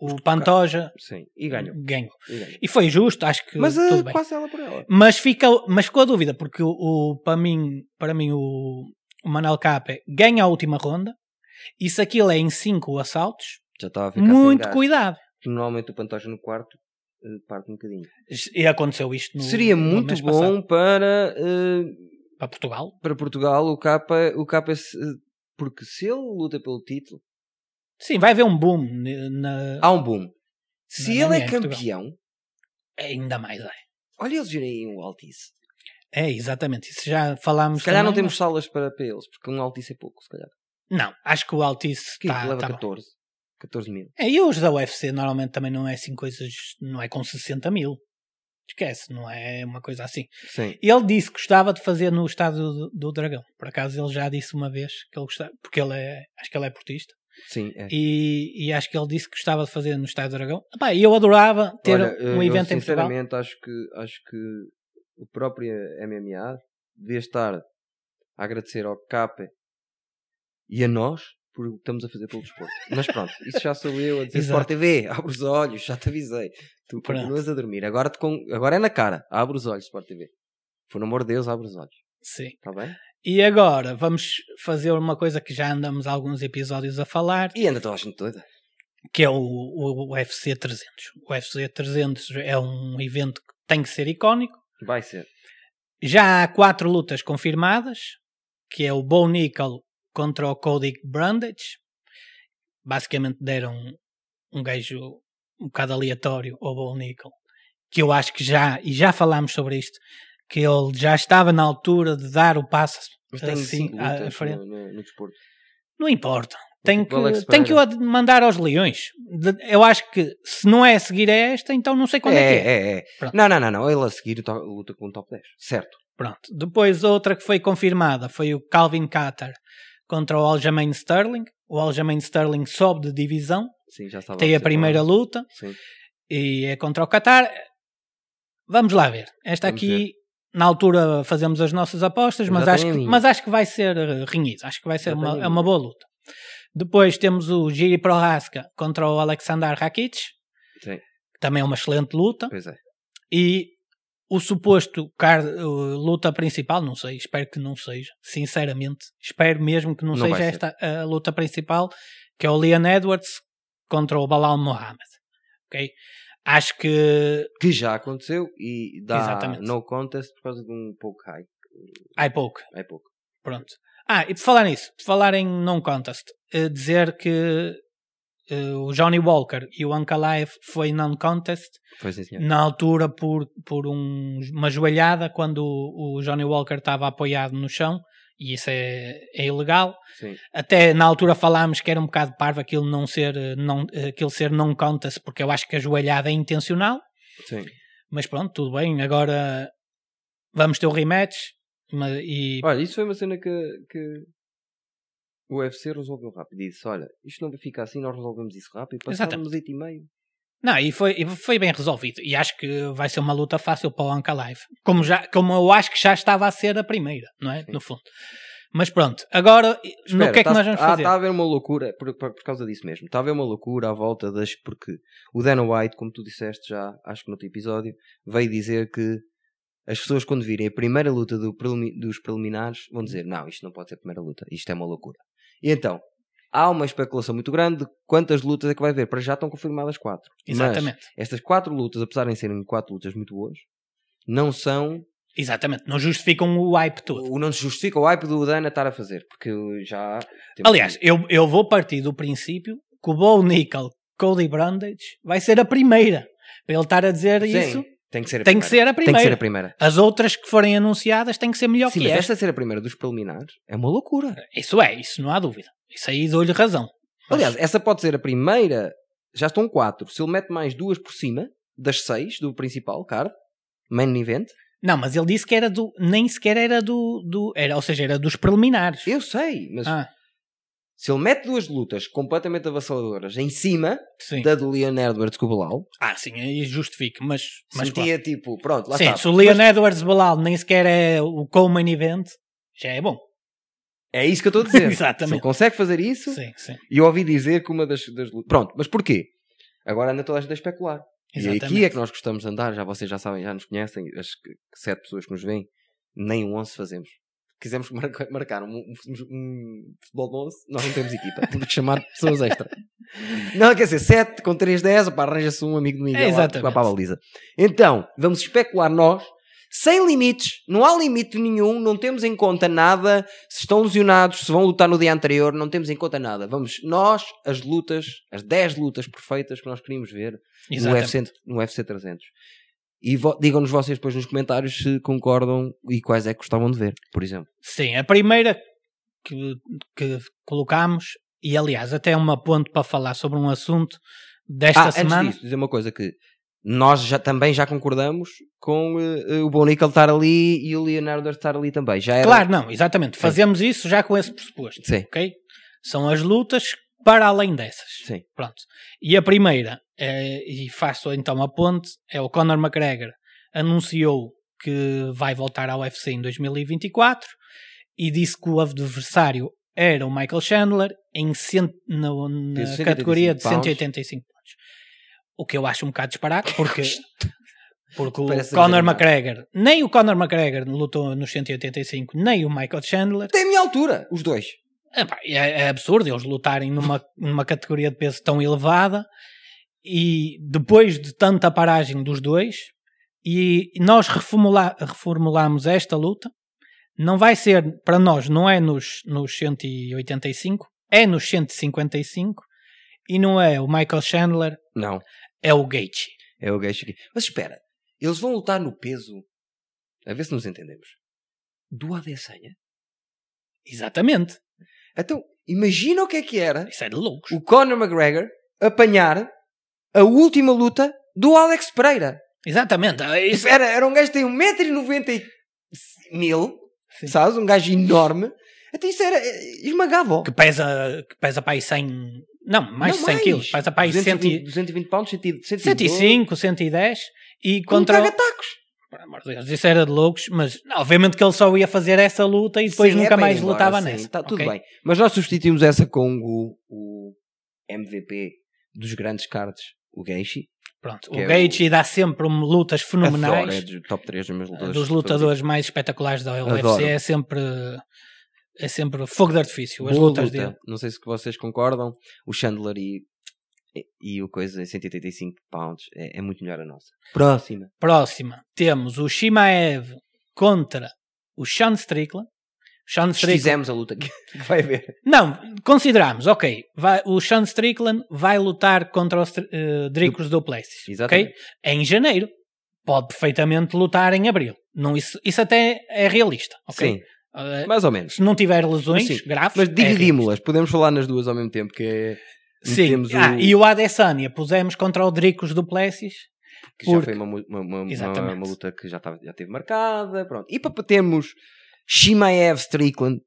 Speaker 1: o Pantoja
Speaker 5: Sim. E ganhou.
Speaker 1: ganhou.
Speaker 5: E ganhou.
Speaker 1: E foi justo, acho que
Speaker 5: Mas
Speaker 1: tudo
Speaker 5: eh,
Speaker 1: bem.
Speaker 5: passa ela por ela.
Speaker 1: Mas, fica, mas ficou a dúvida, porque o, o- para mim, para mim o, o Manel Capé ganha a última ronda e se aquilo é em 5 assaltos,
Speaker 5: Já estava a ficar sem
Speaker 1: muito
Speaker 5: gás.
Speaker 1: cuidado.
Speaker 5: Normalmente o Pantoja no quarto eh, parte um bocadinho.
Speaker 1: E aconteceu isto no,
Speaker 5: Seria
Speaker 1: no
Speaker 5: muito
Speaker 1: mês passado.
Speaker 5: bom para, eh,
Speaker 1: para Portugal.
Speaker 5: para Portugal o Capa, o Capa se- eh, porque se ele luta pelo título,
Speaker 1: Sim, vai haver um boom ne- na,
Speaker 5: há um boom. Se
Speaker 1: Não, não
Speaker 5: ele
Speaker 1: é
Speaker 5: é
Speaker 1: em
Speaker 5: campeão,
Speaker 1: Ainda mais, é.
Speaker 5: olha eles irem aí um Altice.
Speaker 1: É, exatamente. Isso já falámos.
Speaker 5: Se calhar não
Speaker 1: também,
Speaker 5: temos salas para, para eles, porque um Altice é pouco, se calhar.
Speaker 1: mas- Não, acho que o Altice
Speaker 5: Que
Speaker 1: está.
Speaker 5: leva
Speaker 1: Tá bom.
Speaker 5: 14. 14 mil.
Speaker 1: é, e os da UFC normalmente também não é assim coisas. Não é com 60 mil. Esquece, não é uma coisa assim.
Speaker 5: Sim.
Speaker 1: Ele disse que gostava de fazer no estádio do, do Dragão. Por acaso ele já disse uma vez que ele gostava. Porque ele é. Acho que ele é portista.
Speaker 5: Sim, é.
Speaker 1: E, e acho que ele disse que gostava de fazer no estádio do Dragão. Epá, e eu adorava ter
Speaker 5: Olha, eu
Speaker 1: um evento em Portugal.
Speaker 5: sinceramente acho que, acho que o próprio MMA devia estar a agradecer ao CAP e a nós por o que estamos a fazer pelo desporto. Mas pronto, isso já sou eu a dizer
Speaker 1: Exato.
Speaker 5: Sport TV, abre os olhos, já te avisei. Tu
Speaker 1: Pronto.
Speaker 5: continuas a dormir, agora, te con- agora é na cara, abre os olhos Sport TV. Por amor de Deus, abre os olhos,
Speaker 1: Sim.
Speaker 5: está bem?
Speaker 1: E agora vamos fazer uma coisa que já andamos alguns episódios a falar.
Speaker 5: E ainda estou a gente toda.
Speaker 1: que é o, o UFC 300. O UFC 300 é um evento que tem que ser icónico.
Speaker 5: Vai ser.
Speaker 1: Já há quatro lutas confirmadas, que é o Bo Nickel contra o Cody Brandage. Basicamente deram um gajo um bocado aleatório ao Bo Nickel que eu acho que já, e já falámos sobre isto, que ele já estava na altura de dar o passo
Speaker 5: Mas tem
Speaker 1: assim
Speaker 5: cinco
Speaker 1: à, à
Speaker 5: lutas é?
Speaker 1: frente.
Speaker 5: no, no- no desporto.
Speaker 1: Não importa. Tem que,
Speaker 5: tipo Alex
Speaker 1: tem que o
Speaker 5: Pereira.
Speaker 1: ad- mandar aos leões. De- eu acho que se não é a seguir a esta, então não sei quando é, que é.
Speaker 5: É, é, é.
Speaker 1: Pronto.
Speaker 5: Não, não, não, não. Ele a seguir to- luta com o top 10. Certo.
Speaker 1: Pronto. Depois outra que foi confirmada foi o Calvin Cutter contra o Aljamain Sterling. O Aljamain Sterling sobe de divisão,
Speaker 5: Sim, já estava.
Speaker 1: tem a
Speaker 5: ser
Speaker 1: primeira
Speaker 5: falado.
Speaker 1: luta
Speaker 5: Sim.
Speaker 1: e é contra o Qatar. Vamos lá ver. Esta
Speaker 5: Vamos
Speaker 1: aqui, na altura, fazemos as nossas apostas,
Speaker 5: Eu
Speaker 1: mas
Speaker 5: já
Speaker 1: acho,
Speaker 5: tenho a
Speaker 1: que,
Speaker 5: minha.
Speaker 1: mas acho que vai ser eh, renhido. Acho que vai ser
Speaker 5: Já
Speaker 1: uma,
Speaker 5: tenho a
Speaker 1: é
Speaker 5: minha.
Speaker 1: uma boa luta. Depois temos o Giri Prohaska contra o Alexander Rakic.
Speaker 5: Sim.
Speaker 1: Também é uma excelente luta.
Speaker 5: Pois é.
Speaker 1: E o suposto car- eh, luta principal, não sei, espero que não seja, sinceramente. Espero mesmo que não,
Speaker 5: Não
Speaker 1: seja
Speaker 5: vai ser.
Speaker 1: esta a luta principal, que é o Leon Edwards contra o Balal Mohamed. Ok? Acho que
Speaker 5: Que já aconteceu e dá
Speaker 1: Exatamente.
Speaker 5: no contest por causa de um pouco high.
Speaker 1: Há pouco.
Speaker 5: É pouco.
Speaker 1: Pronto. Ah, e por falar nisso, por falar em non-contest, eh, dizer que eh, o Johnny Walker e o Ankalaev foi non-contest
Speaker 5: Foi sim, senhor.
Speaker 1: na altura por, por um- uma joelhada quando o, o Johnny Walker estava apoiado no chão e isso é, é ilegal.
Speaker 5: Sim.
Speaker 1: Até na altura falámos que era um bocado parvo aquilo não ser eh, não, eh, aquilo ser non-contest porque eu acho que a joelhada é intencional.
Speaker 5: Sim.
Speaker 1: Mas pronto, tudo bem. Agora vamos ter o rematch ma- e
Speaker 5: Olha, isso foi uma cena que, que o UFC resolveu rápido. Disse: Olha, isto não vai ficar assim, nós resolvemos isso rápido. Passava um
Speaker 1: Exatamente.
Speaker 5: minuto e meio.
Speaker 1: Não, e foi, e foi bem resolvido. E acho que vai ser uma luta fácil para o Anca Live. Como, já, como eu acho que já estava a ser a primeira, não é? No fundo. Mas pronto, agora e- no
Speaker 5: Espera,
Speaker 1: que é que
Speaker 5: tá-
Speaker 1: nós vamos
Speaker 5: ah,
Speaker 1: fazer?
Speaker 5: Está a haver uma loucura, por, por- por causa disso mesmo. Está a haver uma loucura à volta das. Porque o Dana White, como tu disseste já, acho que no outro episódio, veio dizer que as pessoas, quando virem a primeira luta do prelimi- dos preliminares, vão dizer: Não, isto não pode ser a primeira luta, isto é uma loucura. E então, há uma especulação muito grande de quantas lutas é que vai haver. Para já estão confirmadas quatro. Mas
Speaker 1: Exatamente.
Speaker 5: estas quatro lutas, apesar de serem quatro lutas muito boas, não são
Speaker 1: Exatamente. Não justificam o hype todo.
Speaker 5: o não se justifica o hype do Dana estar a fazer, porque já temos-
Speaker 1: Aliás, eu, eu vou partir do princípio que o Bo Nickel Cody Brandage vai ser a primeira. Para ele estar a dizer
Speaker 5: Sim,
Speaker 1: isso,
Speaker 5: tem que ser a
Speaker 1: tem
Speaker 5: primeira.
Speaker 1: que ser a
Speaker 5: Tem que ser a
Speaker 1: primeira.
Speaker 5: primeira.
Speaker 1: As outras que forem anunciadas têm que ser melhor
Speaker 5: Sim,
Speaker 1: que é.
Speaker 5: mas
Speaker 1: esta.
Speaker 5: esta ser a primeira dos preliminares é uma loucura.
Speaker 1: Isso é, isso não há dúvida. Isso aí dou-lhe razão. Mas-
Speaker 5: Aliás, essa pode ser a primeira. Já estão quatro. Se ele mete mais duas por cima das seis do principal, cara, main event,
Speaker 1: Não, mas ele disse que era do. Nem sequer era do. do era, ou seja, era dos preliminares.
Speaker 5: eu sei, mas
Speaker 1: Ah,
Speaker 5: se ele mete duas lutas completamente avassaladoras em cima
Speaker 1: sim.
Speaker 5: da do Leon Edwards com o Bilal,
Speaker 1: Ah, sim, aí justifico. Mas.
Speaker 5: se
Speaker 1: mas
Speaker 5: metia tipo, pronto, lá
Speaker 1: claro. Sim,
Speaker 5: está.
Speaker 1: se o Leon Edwards Balal nem sequer é o co-main event, já é bom.
Speaker 5: É isso que eu estou a dizer.
Speaker 1: Exatamente.
Speaker 5: Se ele consegue fazer isso,
Speaker 1: Sim, sim.
Speaker 5: E eu ouvi dizer que uma das, das lutas. Pronto, mas porquê? Agora anda toda a gente a especular. E aqui é que nós gostamos de andar, já vocês já sabem, já nos conhecem, as que- sete pessoas que nos veem, nem um 11 fazemos. Quisemos marca- marcar um, um- um futebol de 11, nós não temos equipa, temos que chamar pessoas extra. Não, quer dizer, 7 com 3, 10, opá, arranja-se um amigo do Miguel
Speaker 1: É,
Speaker 5: lá,
Speaker 1: exatamente.
Speaker 5: lá para a baliza. Então, vamos especular nós, sem limites, não há limite nenhum, não temos em conta nada, se estão lesionados, se vão lutar no dia anterior, não temos em conta nada. Vamos, nós, as lutas, as 10 lutas perfeitas que nós queríamos ver no
Speaker 1: Exatamente.
Speaker 5: UFC, no UFC 300. E vo- digam-nos vocês depois nos comentários se concordam e quais é que gostavam de ver, por exemplo.
Speaker 1: Sim, a primeira que, que colocámos, e aliás, até um ponte para falar sobre um assunto desta
Speaker 5: ah,
Speaker 1: semana.
Speaker 5: antes disso, dizer uma coisa que nós já, também já concordamos com eh, eh, o Bonical estar ali e o Leonardo estar ali também. Já era...
Speaker 1: Claro, não, exatamente. Fazemos isso já com esse pressuposto.
Speaker 5: É Sim.
Speaker 1: Ok? São as lutas para além dessas.
Speaker 5: Sim.
Speaker 1: Pronto. E a primeira, eh, e faço então a ponte, é o Conor McGregor anunciou que vai voltar ao UFC em 2024 e disse que o adversário era o Michael Chandler em cento- no- na
Speaker 5: De 185
Speaker 1: categoria de
Speaker 5: pounds.
Speaker 1: 185 pontos. O que eu acho um bocado disparado, porque, porque o
Speaker 5: Parece
Speaker 1: Conor
Speaker 5: desanimado.
Speaker 1: McGregor, nem o Conor McGregor lutou nos 185, nem o Michael Chandler.
Speaker 5: Tem a minha altura, os dois.
Speaker 1: Epá, é, é absurdo eles lutarem numa, numa categoria de peso tão elevada e depois de tanta paragem dos dois, e nós reformula, reformulamos esta luta. Não vai ser, para nós, não é nos, nos 185, é nos 155 e não é o Michael Chandler,
Speaker 5: Não,
Speaker 1: é o Gaethje.
Speaker 5: é o gajo aqui. Mas espera, Eles vão lutar no peso. A ver se nos entendemos. Do Adesanya.
Speaker 1: Exatamente.
Speaker 5: Então, imagina o que é que era
Speaker 1: Isso é de loucos.
Speaker 5: o Conor McGregor apanhar a última luta do Alex Pereira.
Speaker 1: Exatamente. Ah,
Speaker 5: Isso
Speaker 1: Isso é...
Speaker 5: Era, era um gajo que tem 1,90m, mil,
Speaker 1: Sim.
Speaker 5: sabes? Um gajo enorme. Até isso era eh, esmagava.
Speaker 1: é Que pesa, que pesa para aí 100... Não, mais de
Speaker 5: Não,
Speaker 1: 100 quilos. Pesa para aí 100
Speaker 5: 220,
Speaker 1: e-
Speaker 5: 220 poundos, 100,
Speaker 1: 105, 110. E
Speaker 5: contra
Speaker 1: contra...
Speaker 5: atacos.
Speaker 1: Por amor de Deus, isso era de loucos. Mas não, obviamente que ele só ia fazer essa luta e depois
Speaker 5: é
Speaker 1: nunca mais lutava nessa.
Speaker 5: Tá, tudo
Speaker 1: ok?
Speaker 5: bem. Mas nós substituímos essa com o, o MVP dos grandes cards, o Geishi.
Speaker 1: Pronto.
Speaker 5: Que é
Speaker 1: O Gaethje dá sempre um- lutas
Speaker 5: Adoro, é
Speaker 1: fenomenais.
Speaker 5: dos top 3 dos meus lutadores.
Speaker 1: dos lutadores mais espetaculares da UFC
Speaker 5: Adoro.
Speaker 1: é sempre é sempre fogo de artifício as
Speaker 5: Boa
Speaker 1: lutas
Speaker 5: luta.
Speaker 1: dele
Speaker 5: Não sei se que vocês concordam. O Chandler e, e o coisa em 185 pounds é, é muito melhor a nossa. Próxima.
Speaker 1: próxima temos o Shimaev contra o Sean Strickland Sean Strickland
Speaker 5: Fizemos a luta que que vai haver.
Speaker 1: não consideramos ok vai, o Sean Strickland vai lutar contra o Str- eh, Dricos Duplessis
Speaker 5: Exatamente.
Speaker 1: ok em janeiro pode perfeitamente lutar em abril não isso isso até é realista ok
Speaker 5: Sim,
Speaker 1: Eh,
Speaker 5: mais ou menos.
Speaker 1: se não tiver lesões
Speaker 5: Mas sim,
Speaker 1: graves
Speaker 5: Mas
Speaker 1: é
Speaker 5: dividimos-las, podemos falar nas duas ao mesmo tempo, que é.
Speaker 1: Sim,
Speaker 5: metemos
Speaker 1: ah, e o Adesanya pusemos contra o Dricos Duplessis.
Speaker 5: que já
Speaker 1: porque-
Speaker 5: foi uma, mu- uma, uma- uma-
Speaker 1: Exatamente.
Speaker 5: uma luta que já, tava, já teve marcada. Pronto. E para termos Shimaev Strickland,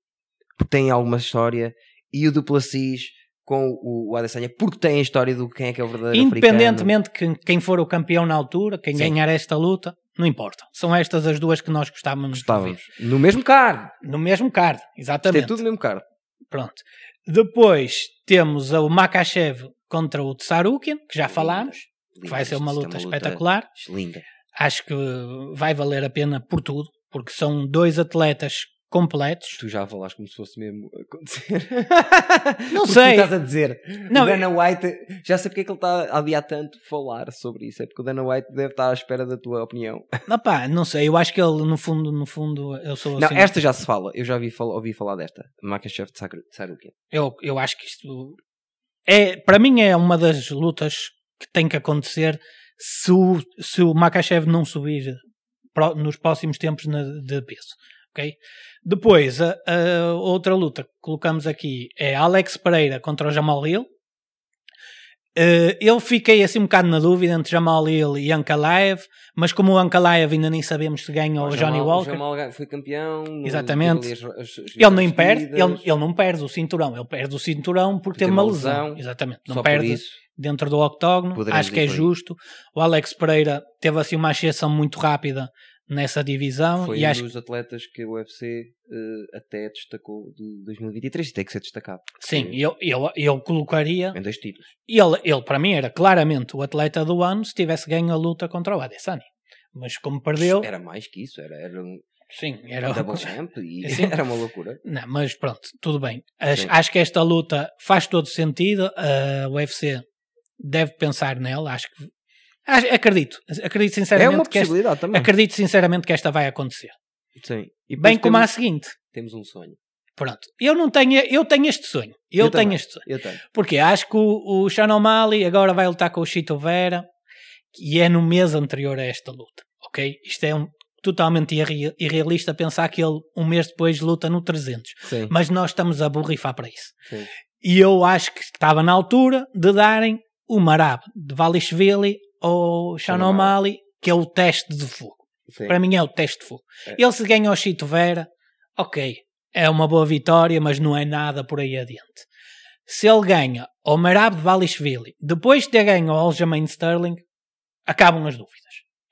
Speaker 5: porque tem alguma história, e o Duplacis com o, o Adesanya, porque tem a história do quem é que é o verdadeiro africano.
Speaker 1: Independentemente de quem for o campeão na altura, quem
Speaker 5: Sim.
Speaker 1: ganhar esta luta, não importa. São estas as duas que nós gostávamos
Speaker 5: Estávamos
Speaker 1: de
Speaker 5: no mesmo card.
Speaker 1: ver. No mesmo card,
Speaker 5: Isto é
Speaker 1: exatamente.
Speaker 5: tudo no mesmo card.
Speaker 1: Pronto. Depois temos o Makachev contra o Tsarukin, que já falámos, que vai ser uma
Speaker 5: Isto é
Speaker 1: luta espetacular.
Speaker 5: Linda.
Speaker 1: Acho que vai valer a pena por tudo, porque são dois atletas completos.
Speaker 5: Tu já falaste como se fosse mesmo acontecer.
Speaker 1: Não
Speaker 5: O que
Speaker 1: sei.
Speaker 5: Tu estás a dizer.
Speaker 1: Não,
Speaker 5: o Dana White, já sei porque é que ele está a adiar tanto falar sobre isso. É porque o Dana White deve estar à espera da tua opinião.
Speaker 1: Opá, não sei, eu acho que ele, no fundo, no fundo, eu sou
Speaker 5: Não,
Speaker 1: assim.
Speaker 5: esta já se fala. Eu já ouvi, fal- ouvi falar desta. Makachev Tsaru- Tsarukin.
Speaker 1: Eu, eu acho que isto é para mim é uma das lutas que tem que acontecer se o, se o Makachev não subir pro- nos próximos tempos na- de peso. ok? Depois, a, a outra luta que colocamos aqui é Alex Pereira contra o Jamal Hill. Eh, eu fiquei assim um bocado na dúvida entre Jamal Hill e Ankalaev, mas como o Ankalaev ainda nem sabemos se ganha o
Speaker 5: O
Speaker 1: Johnny
Speaker 5: Jamal-
Speaker 1: Walker,
Speaker 5: O Jamal foi campeão. no-
Speaker 1: Exatamente.
Speaker 5: teve ali as- as- as
Speaker 1: ele não
Speaker 5: vitórias
Speaker 1: perde, ele,
Speaker 5: seguidas,
Speaker 1: ele não perde o cinturão, ele perde o cinturão porque
Speaker 5: Tem
Speaker 1: teve uma
Speaker 5: uma
Speaker 1: lesão.
Speaker 5: lesão.
Speaker 1: Exatamente,
Speaker 5: só
Speaker 1: não
Speaker 5: por
Speaker 1: perde
Speaker 5: isso.
Speaker 1: dentro do octógono,
Speaker 5: Poderemos
Speaker 1: acho que
Speaker 5: ir
Speaker 1: é
Speaker 5: por aí.
Speaker 1: justo. O Alex Pereira teve assim uma ascensão muito rápida nessa divisão
Speaker 5: Foi
Speaker 1: e
Speaker 5: um
Speaker 1: acho
Speaker 5: dos atletas que o UFC eh, até destacou de 2023 e tem que ser destacado.
Speaker 1: que sim, eu, eu, eu colocaria.
Speaker 5: Em dois títulos.
Speaker 1: Ele, ele para mim era claramente o atleta do ano se tivesse ganho a luta contra o Adesanya. Mas como perdeu,
Speaker 5: Era mais que isso, era, era um
Speaker 1: sim, era
Speaker 5: double champ e
Speaker 1: Sim.
Speaker 5: era uma loucura.
Speaker 1: Não, mas pronto, tudo bem. Acho,
Speaker 5: Sim.
Speaker 1: acho que esta luta faz todo sentido. A UFC deve pensar nela. Acho que acho- acredito, acredito
Speaker 5: É
Speaker 1: sinceramente
Speaker 5: uma
Speaker 1: que esta,
Speaker 5: possibilidade também.
Speaker 1: acredito sinceramente que esta vai acontecer.
Speaker 5: Sim. E
Speaker 1: Bem
Speaker 5: depois
Speaker 1: como a
Speaker 5: temos,
Speaker 1: seguinte.
Speaker 5: temos um sonho.
Speaker 1: Pronto, eu não tenho, eu tenho este sonho. Eu,
Speaker 5: Eu
Speaker 1: tenho
Speaker 5: também.
Speaker 1: este sonho.
Speaker 5: Eu tenho.
Speaker 1: Porque acho que o, o Sean O'Malley agora vai lutar com o Chito Vera e é no mês anterior a esta luta, ok? Isto é um- totalmente irre- irrealista pensar que ele um mês depois luta no 300
Speaker 5: Sim.
Speaker 1: mas nós estamos a borrifar para isso.
Speaker 5: Sim.
Speaker 1: E eu acho que estava na altura de darem o Marab de Valishvili ou Sean
Speaker 5: Sean O'Malley.
Speaker 1: O'Malley, que é o teste de fogo.
Speaker 5: Sim.
Speaker 1: Para mim é o teste de fogo.
Speaker 5: É.
Speaker 1: Ele se ganha ao Chito Vera, ok, é uma boa vitória, mas não é nada por aí adiante. Se ele ganha ao Marab de Valishvili, depois de ter ganho ao Aljamain Sterling, acabam as dúvidas.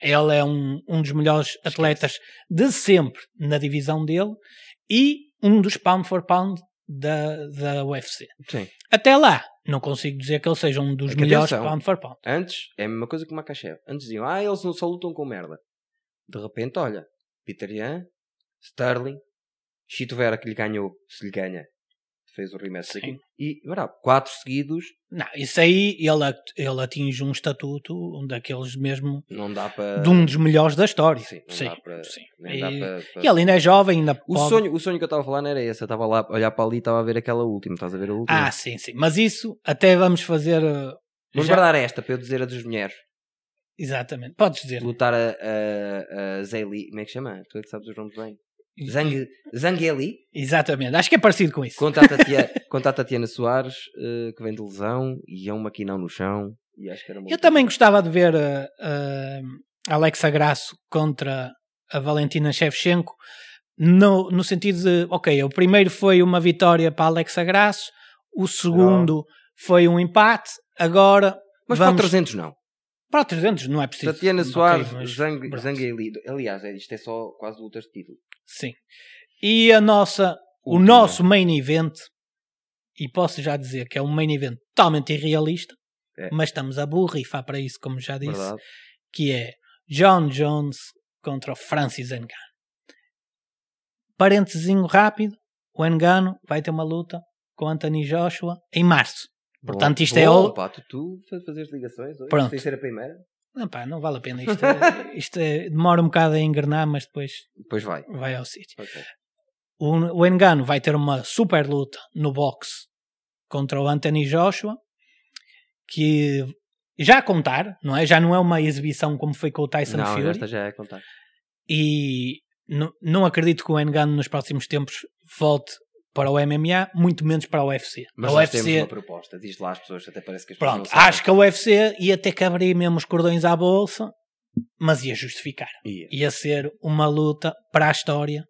Speaker 1: Ele é um, um dos melhores atletas de sempre na divisão dele e um dos pound for pound da, da UFC.
Speaker 5: Sim.
Speaker 1: Até lá, não consigo dizer que ele seja um dos
Speaker 5: É que
Speaker 1: melhores
Speaker 5: atenção.
Speaker 1: pound for pound.
Speaker 5: Antes, é a mesma coisa que o Makachev. Antes diziam, ah, eles não só lutam com merda. De repente, olha, Peter Yan, Sterling, Chito Vera que lhe ganhou, se lhe ganha, fez o rematch
Speaker 1: Sim.
Speaker 5: aqui. E, bora, quatro seguidos,
Speaker 1: Não, isso aí ele, at- ele atinge um estatuto um daqueles mesmo
Speaker 5: não dá para...
Speaker 1: de um dos melhores da história.
Speaker 5: Sim,
Speaker 1: Sim,
Speaker 5: não dá pra-
Speaker 1: sim.
Speaker 5: nem dá
Speaker 1: E-
Speaker 5: para- para-
Speaker 1: E ele ainda é jovem, ainda
Speaker 5: O,
Speaker 1: pode-
Speaker 5: sonho, o sonho que eu estava a falar não era esse. Eu estava lá a olhar para ali e estava a ver aquela última. Estás a ver a última?
Speaker 1: Ah, sim, sim. Mas isso até vamos fazer. uh,
Speaker 5: Vamos
Speaker 1: já-
Speaker 5: guardar esta para eu dizer a dos mulheres.
Speaker 1: Exatamente. Podes dizer.
Speaker 5: lutar a, a, a Zeli. Como é que chama? Tu é que sabes os nomes bem. Zang, Zangeli
Speaker 1: Exatamente. Acho que é parecido com isso.
Speaker 5: contra a, Tatia- contra a Tatiana Soares, eh, que vem de lesão, e é um maquinão no chão. E acho que era uma
Speaker 1: Eu também gostava de ver a Alexa Grasso contra a Valentina Shevchenko no, no sentido de, ok, o primeiro foi uma vitória para a Alexa Grasso, o segundo foi um empate, agora
Speaker 5: Mas
Speaker 1: vamos...
Speaker 5: para o 300 não.
Speaker 1: para o 300 não é preciso.
Speaker 5: Tatiana
Speaker 1: Ok,
Speaker 5: Soares,
Speaker 1: mas
Speaker 5: Zang,
Speaker 1: pronto.
Speaker 5: Zangeli. Aliás, é, isto é só quase lutas de título.
Speaker 1: Sim. E a nossa, o
Speaker 5: Última.
Speaker 1: nosso main event, e posso já dizer que é um main event totalmente irrealista,
Speaker 5: É.
Speaker 1: mas estamos a borrifar para isso, como já disse,
Speaker 5: Verdade.
Speaker 1: que é John Jones contra o Francis Engano. Parentezinho rápido, o Engano vai ter uma luta com Anthony Joshua em março. Portanto, isto é
Speaker 5: Bom,
Speaker 1: o-
Speaker 5: pá, tu, tu fa- fazes ligações hoje?
Speaker 1: Pronto.
Speaker 5: Sem ser a primeira?
Speaker 1: Não, pá, não vale a pena isto. é- isto é- demora um bocado a engrenar, mas depois
Speaker 5: Depois vai.
Speaker 1: vai ao sítio.
Speaker 5: Ok.
Speaker 1: O, o Engano vai ter uma super luta no boxe contra o Anthony Joshua, que já a contar, não é? Já não é uma exibição como foi com o Tyson
Speaker 5: Não,
Speaker 1: Fury.
Speaker 5: esta já é a contar.
Speaker 1: E nu- não acredito que o Engano nos próximos tempos volte para o MMA, muito menos para o UFC.
Speaker 5: Mas
Speaker 1: a
Speaker 5: nós temos
Speaker 1: UFC,
Speaker 5: uma proposta. Diz lá às pessoas, até parece que as pessoas não
Speaker 1: pronto,
Speaker 5: sabem.
Speaker 1: acho que a UFC ia ter que abrir mesmo os cordões à bolsa, mas ia justificar.
Speaker 5: Ia.
Speaker 1: Ia ser uma luta para a história.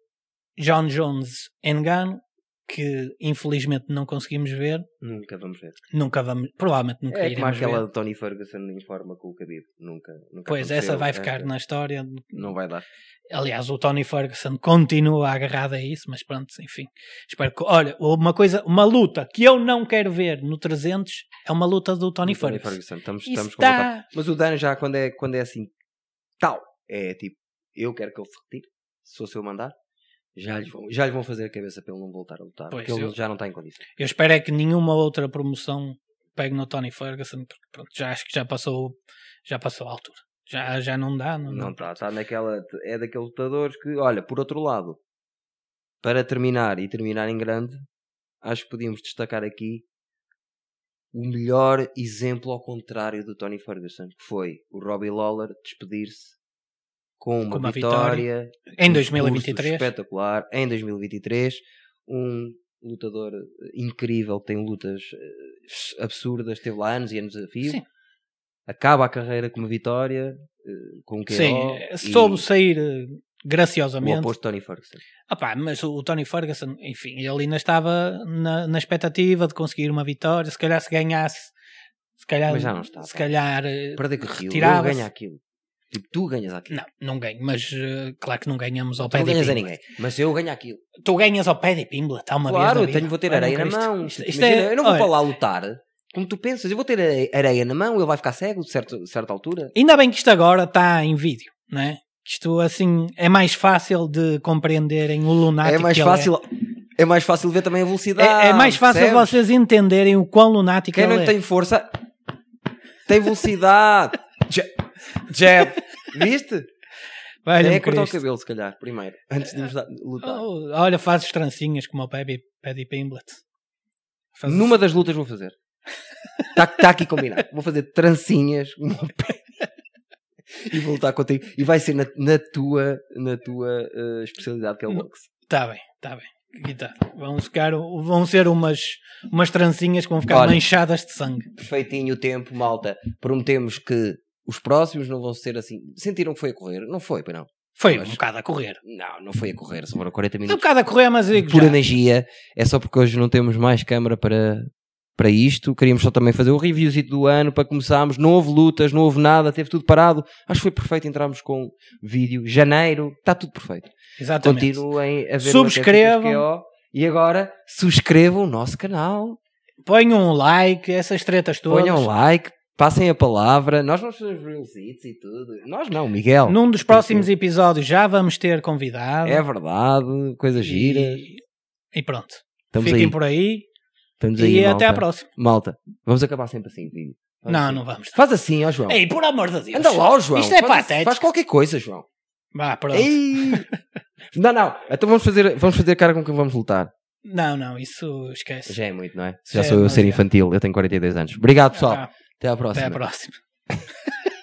Speaker 1: John Jones Engano, que infelizmente não conseguimos ver,
Speaker 5: Nunca vamos ver.
Speaker 1: nunca vamos, provavelmente nunca
Speaker 5: é como
Speaker 1: iremos
Speaker 5: aquela
Speaker 1: ver.
Speaker 5: de Tony Ferguson em forma com o Khabib. Nunca, nunca
Speaker 1: Pois,
Speaker 5: aconteceu. é.
Speaker 1: essa vai ficar
Speaker 5: Esta
Speaker 1: na história
Speaker 5: Não vai dar.
Speaker 1: Aliás, o Tony Ferguson continua agarrado a isso, mas pronto, enfim. Espero que. Olha, uma coisa, uma luta que eu não quero ver no 300 é uma luta do Tony
Speaker 5: Do Tony
Speaker 1: Ferguson.
Speaker 5: Estamos, estamos
Speaker 1: Isso tá.
Speaker 5: com
Speaker 1: está-
Speaker 5: vontade. Mas o Dan já, quando é, quando é assim, tal, é tipo, eu quero que ele se retire, se fosse eu mandar, já lhe vão, já lhe vão fazer a cabeça para ele não voltar a lutar.
Speaker 1: Pois,
Speaker 5: porque ele
Speaker 1: eu-
Speaker 5: já não está em condições.
Speaker 1: Eu espero é que nenhuma outra promoção pegue no Tony Ferguson, porque pronto, já acho que já passou, já passou a altura. Já, já não dá, não,
Speaker 5: Não
Speaker 1: não.
Speaker 5: está, está naquela. É daqueles lutadores que, olha, por outro lado, para terminar e terminar em grande, acho que podíamos destacar aqui o melhor exemplo ao contrário do Tony Ferguson, que foi o Robbie Lawler despedir-se com uma,
Speaker 1: Com uma
Speaker 5: vitória,
Speaker 1: Em
Speaker 5: um
Speaker 1: 2023.
Speaker 5: discurso Espetacular. Em 2023, um lutador eh, incrível que tem lutas eh, absurdas, teve lá anos e anos de desafio.
Speaker 1: Sim.
Speaker 5: Acaba a carreira com uma vitória, eh, com um KO e
Speaker 1: Sim, soube sair eh,
Speaker 5: o
Speaker 1: graciosamente.
Speaker 5: oposto de Tony Ferguson.
Speaker 1: Ah pá, mas o, o Tony Ferguson, enfim, ele ainda estava na, na expectativa de conseguir uma vitória. Se calhar se ganhasse, se calhar,
Speaker 5: Mas já não está,
Speaker 1: se
Speaker 5: pá.
Speaker 1: calhar eh,
Speaker 5: Perder com aquilo, eu
Speaker 1: retirava-se.
Speaker 5: ganho aquilo. Tipo, tu ganhas aquilo.
Speaker 1: Não, não ganho, mas eh, claro que não ganhamos ao
Speaker 5: tu
Speaker 1: pé
Speaker 5: não
Speaker 1: de
Speaker 5: ganhas a
Speaker 1: Pimblet.
Speaker 5: ninguém, mas eu ganho aquilo.
Speaker 1: Tu ganhas ao pé de Pimblet, há uma
Speaker 5: claro,
Speaker 1: vez.
Speaker 5: eu
Speaker 1: da
Speaker 5: tenho,
Speaker 1: vida.
Speaker 5: vou ter
Speaker 1: Olha,
Speaker 5: areia na
Speaker 1: Cristo,
Speaker 5: mão.
Speaker 1: isto-
Speaker 5: Tipo,
Speaker 1: isto é-
Speaker 5: imagina, eu não vou
Speaker 1: olha,
Speaker 5: para lá lutar como tu pensas. Eu vou ter are- areia na mão, ele vai ficar cego de certo, certa altura.
Speaker 1: Ainda bem que isto agora está em vídeo, não é? Que isto assim é mais fácil de compreenderem o lunático.
Speaker 5: é mais
Speaker 1: que ele
Speaker 5: fácil é. mais fácil ver também a
Speaker 1: É,
Speaker 5: velocidade
Speaker 1: É- é mais fácil
Speaker 5: percebes?
Speaker 1: vocês entenderem o quão lunático
Speaker 5: quem
Speaker 1: ele
Speaker 5: não
Speaker 1: é.
Speaker 5: tem força tem velocidade Ja- jab viste
Speaker 1: Valha-me
Speaker 5: é cortar o
Speaker 1: Cristo.
Speaker 5: cabelo se calhar primeiro antes de nos dar- lutar
Speaker 1: Oh, olha, fazes trancinhas como o Paddy, Paddy Pimblet. Fazes-
Speaker 5: numa das lutas vou fazer está tá aqui combinado vou fazer trancinhas um pé. e vou lutar contigo e vai ser na, na tua na tua eh, especialidade que é o
Speaker 1: No-
Speaker 5: boxe
Speaker 1: Tá bem, tá bem. Aqui tá. Vão, ficar, vão ser umas, umas trancinhas que vão ficar
Speaker 5: Olha.
Speaker 1: manchadas de sangue.
Speaker 5: perfeitinho o tempo, malta. Prometemos que os próximos não vão ser assim. Sentiram que foi a correr? Não foi, pois não.
Speaker 1: Foi
Speaker 5: Mas-
Speaker 1: um bocado a correr.
Speaker 5: Não, não foi a correr, só foram 40
Speaker 1: Foi um
Speaker 5: minutos.
Speaker 1: bocado a correr, mas eu digo
Speaker 5: Pura
Speaker 1: já.
Speaker 5: magia. É só porque hoje não temos mais câmara para, para isto. Queríamos só também fazer o reviewzito do ano para começarmos. Não houve lutas, não houve nada, teve tudo parado. Acho que foi perfeito. Entramos com vídeo. Janeiro, está tudo perfeito.
Speaker 1: Exatamente.
Speaker 5: Continuem a ver
Speaker 1: Subscrevam.
Speaker 5: o ATFQO. E agora, subscrevam o nosso canal.
Speaker 1: Ponham um like, essas tretas todas.
Speaker 5: Ponham um like, passem a palavra. Nós vamos fazer os reels e tudo. Nós não, Miguel.
Speaker 1: Num dos próximos episódios já vamos ter convidado.
Speaker 5: É verdade, coisa gira.
Speaker 1: E, e pronto.
Speaker 5: Estamos
Speaker 1: Fiquem
Speaker 5: aí.
Speaker 1: por aí
Speaker 5: Estamos aí,
Speaker 1: e
Speaker 5: malta.
Speaker 1: até à próxima.
Speaker 5: Malta, vamos acabar sempre assim, vídeo. Faz
Speaker 1: Não,
Speaker 5: assim.
Speaker 1: não vamos.
Speaker 5: Faz assim, ó João.
Speaker 1: Ei, por amor de Deus.
Speaker 5: Anda lá, ó João.
Speaker 1: Isto é
Speaker 5: faz, assim,
Speaker 1: patético.
Speaker 5: Faz qualquer coisa, João.
Speaker 1: Vá, pronto.
Speaker 5: Ei. Não, não. Então vamos fazer, vamos fazer cara com quem vamos lutar.
Speaker 1: Não, não, isso esquece.
Speaker 5: Já é muito, não é? Já,
Speaker 1: Já é
Speaker 5: sou eu a ser
Speaker 1: demasiado.
Speaker 5: infantil. Eu tenho 42 anos. Obrigado, pessoal.
Speaker 1: Tá,
Speaker 5: Até à próxima.
Speaker 1: até à próxima.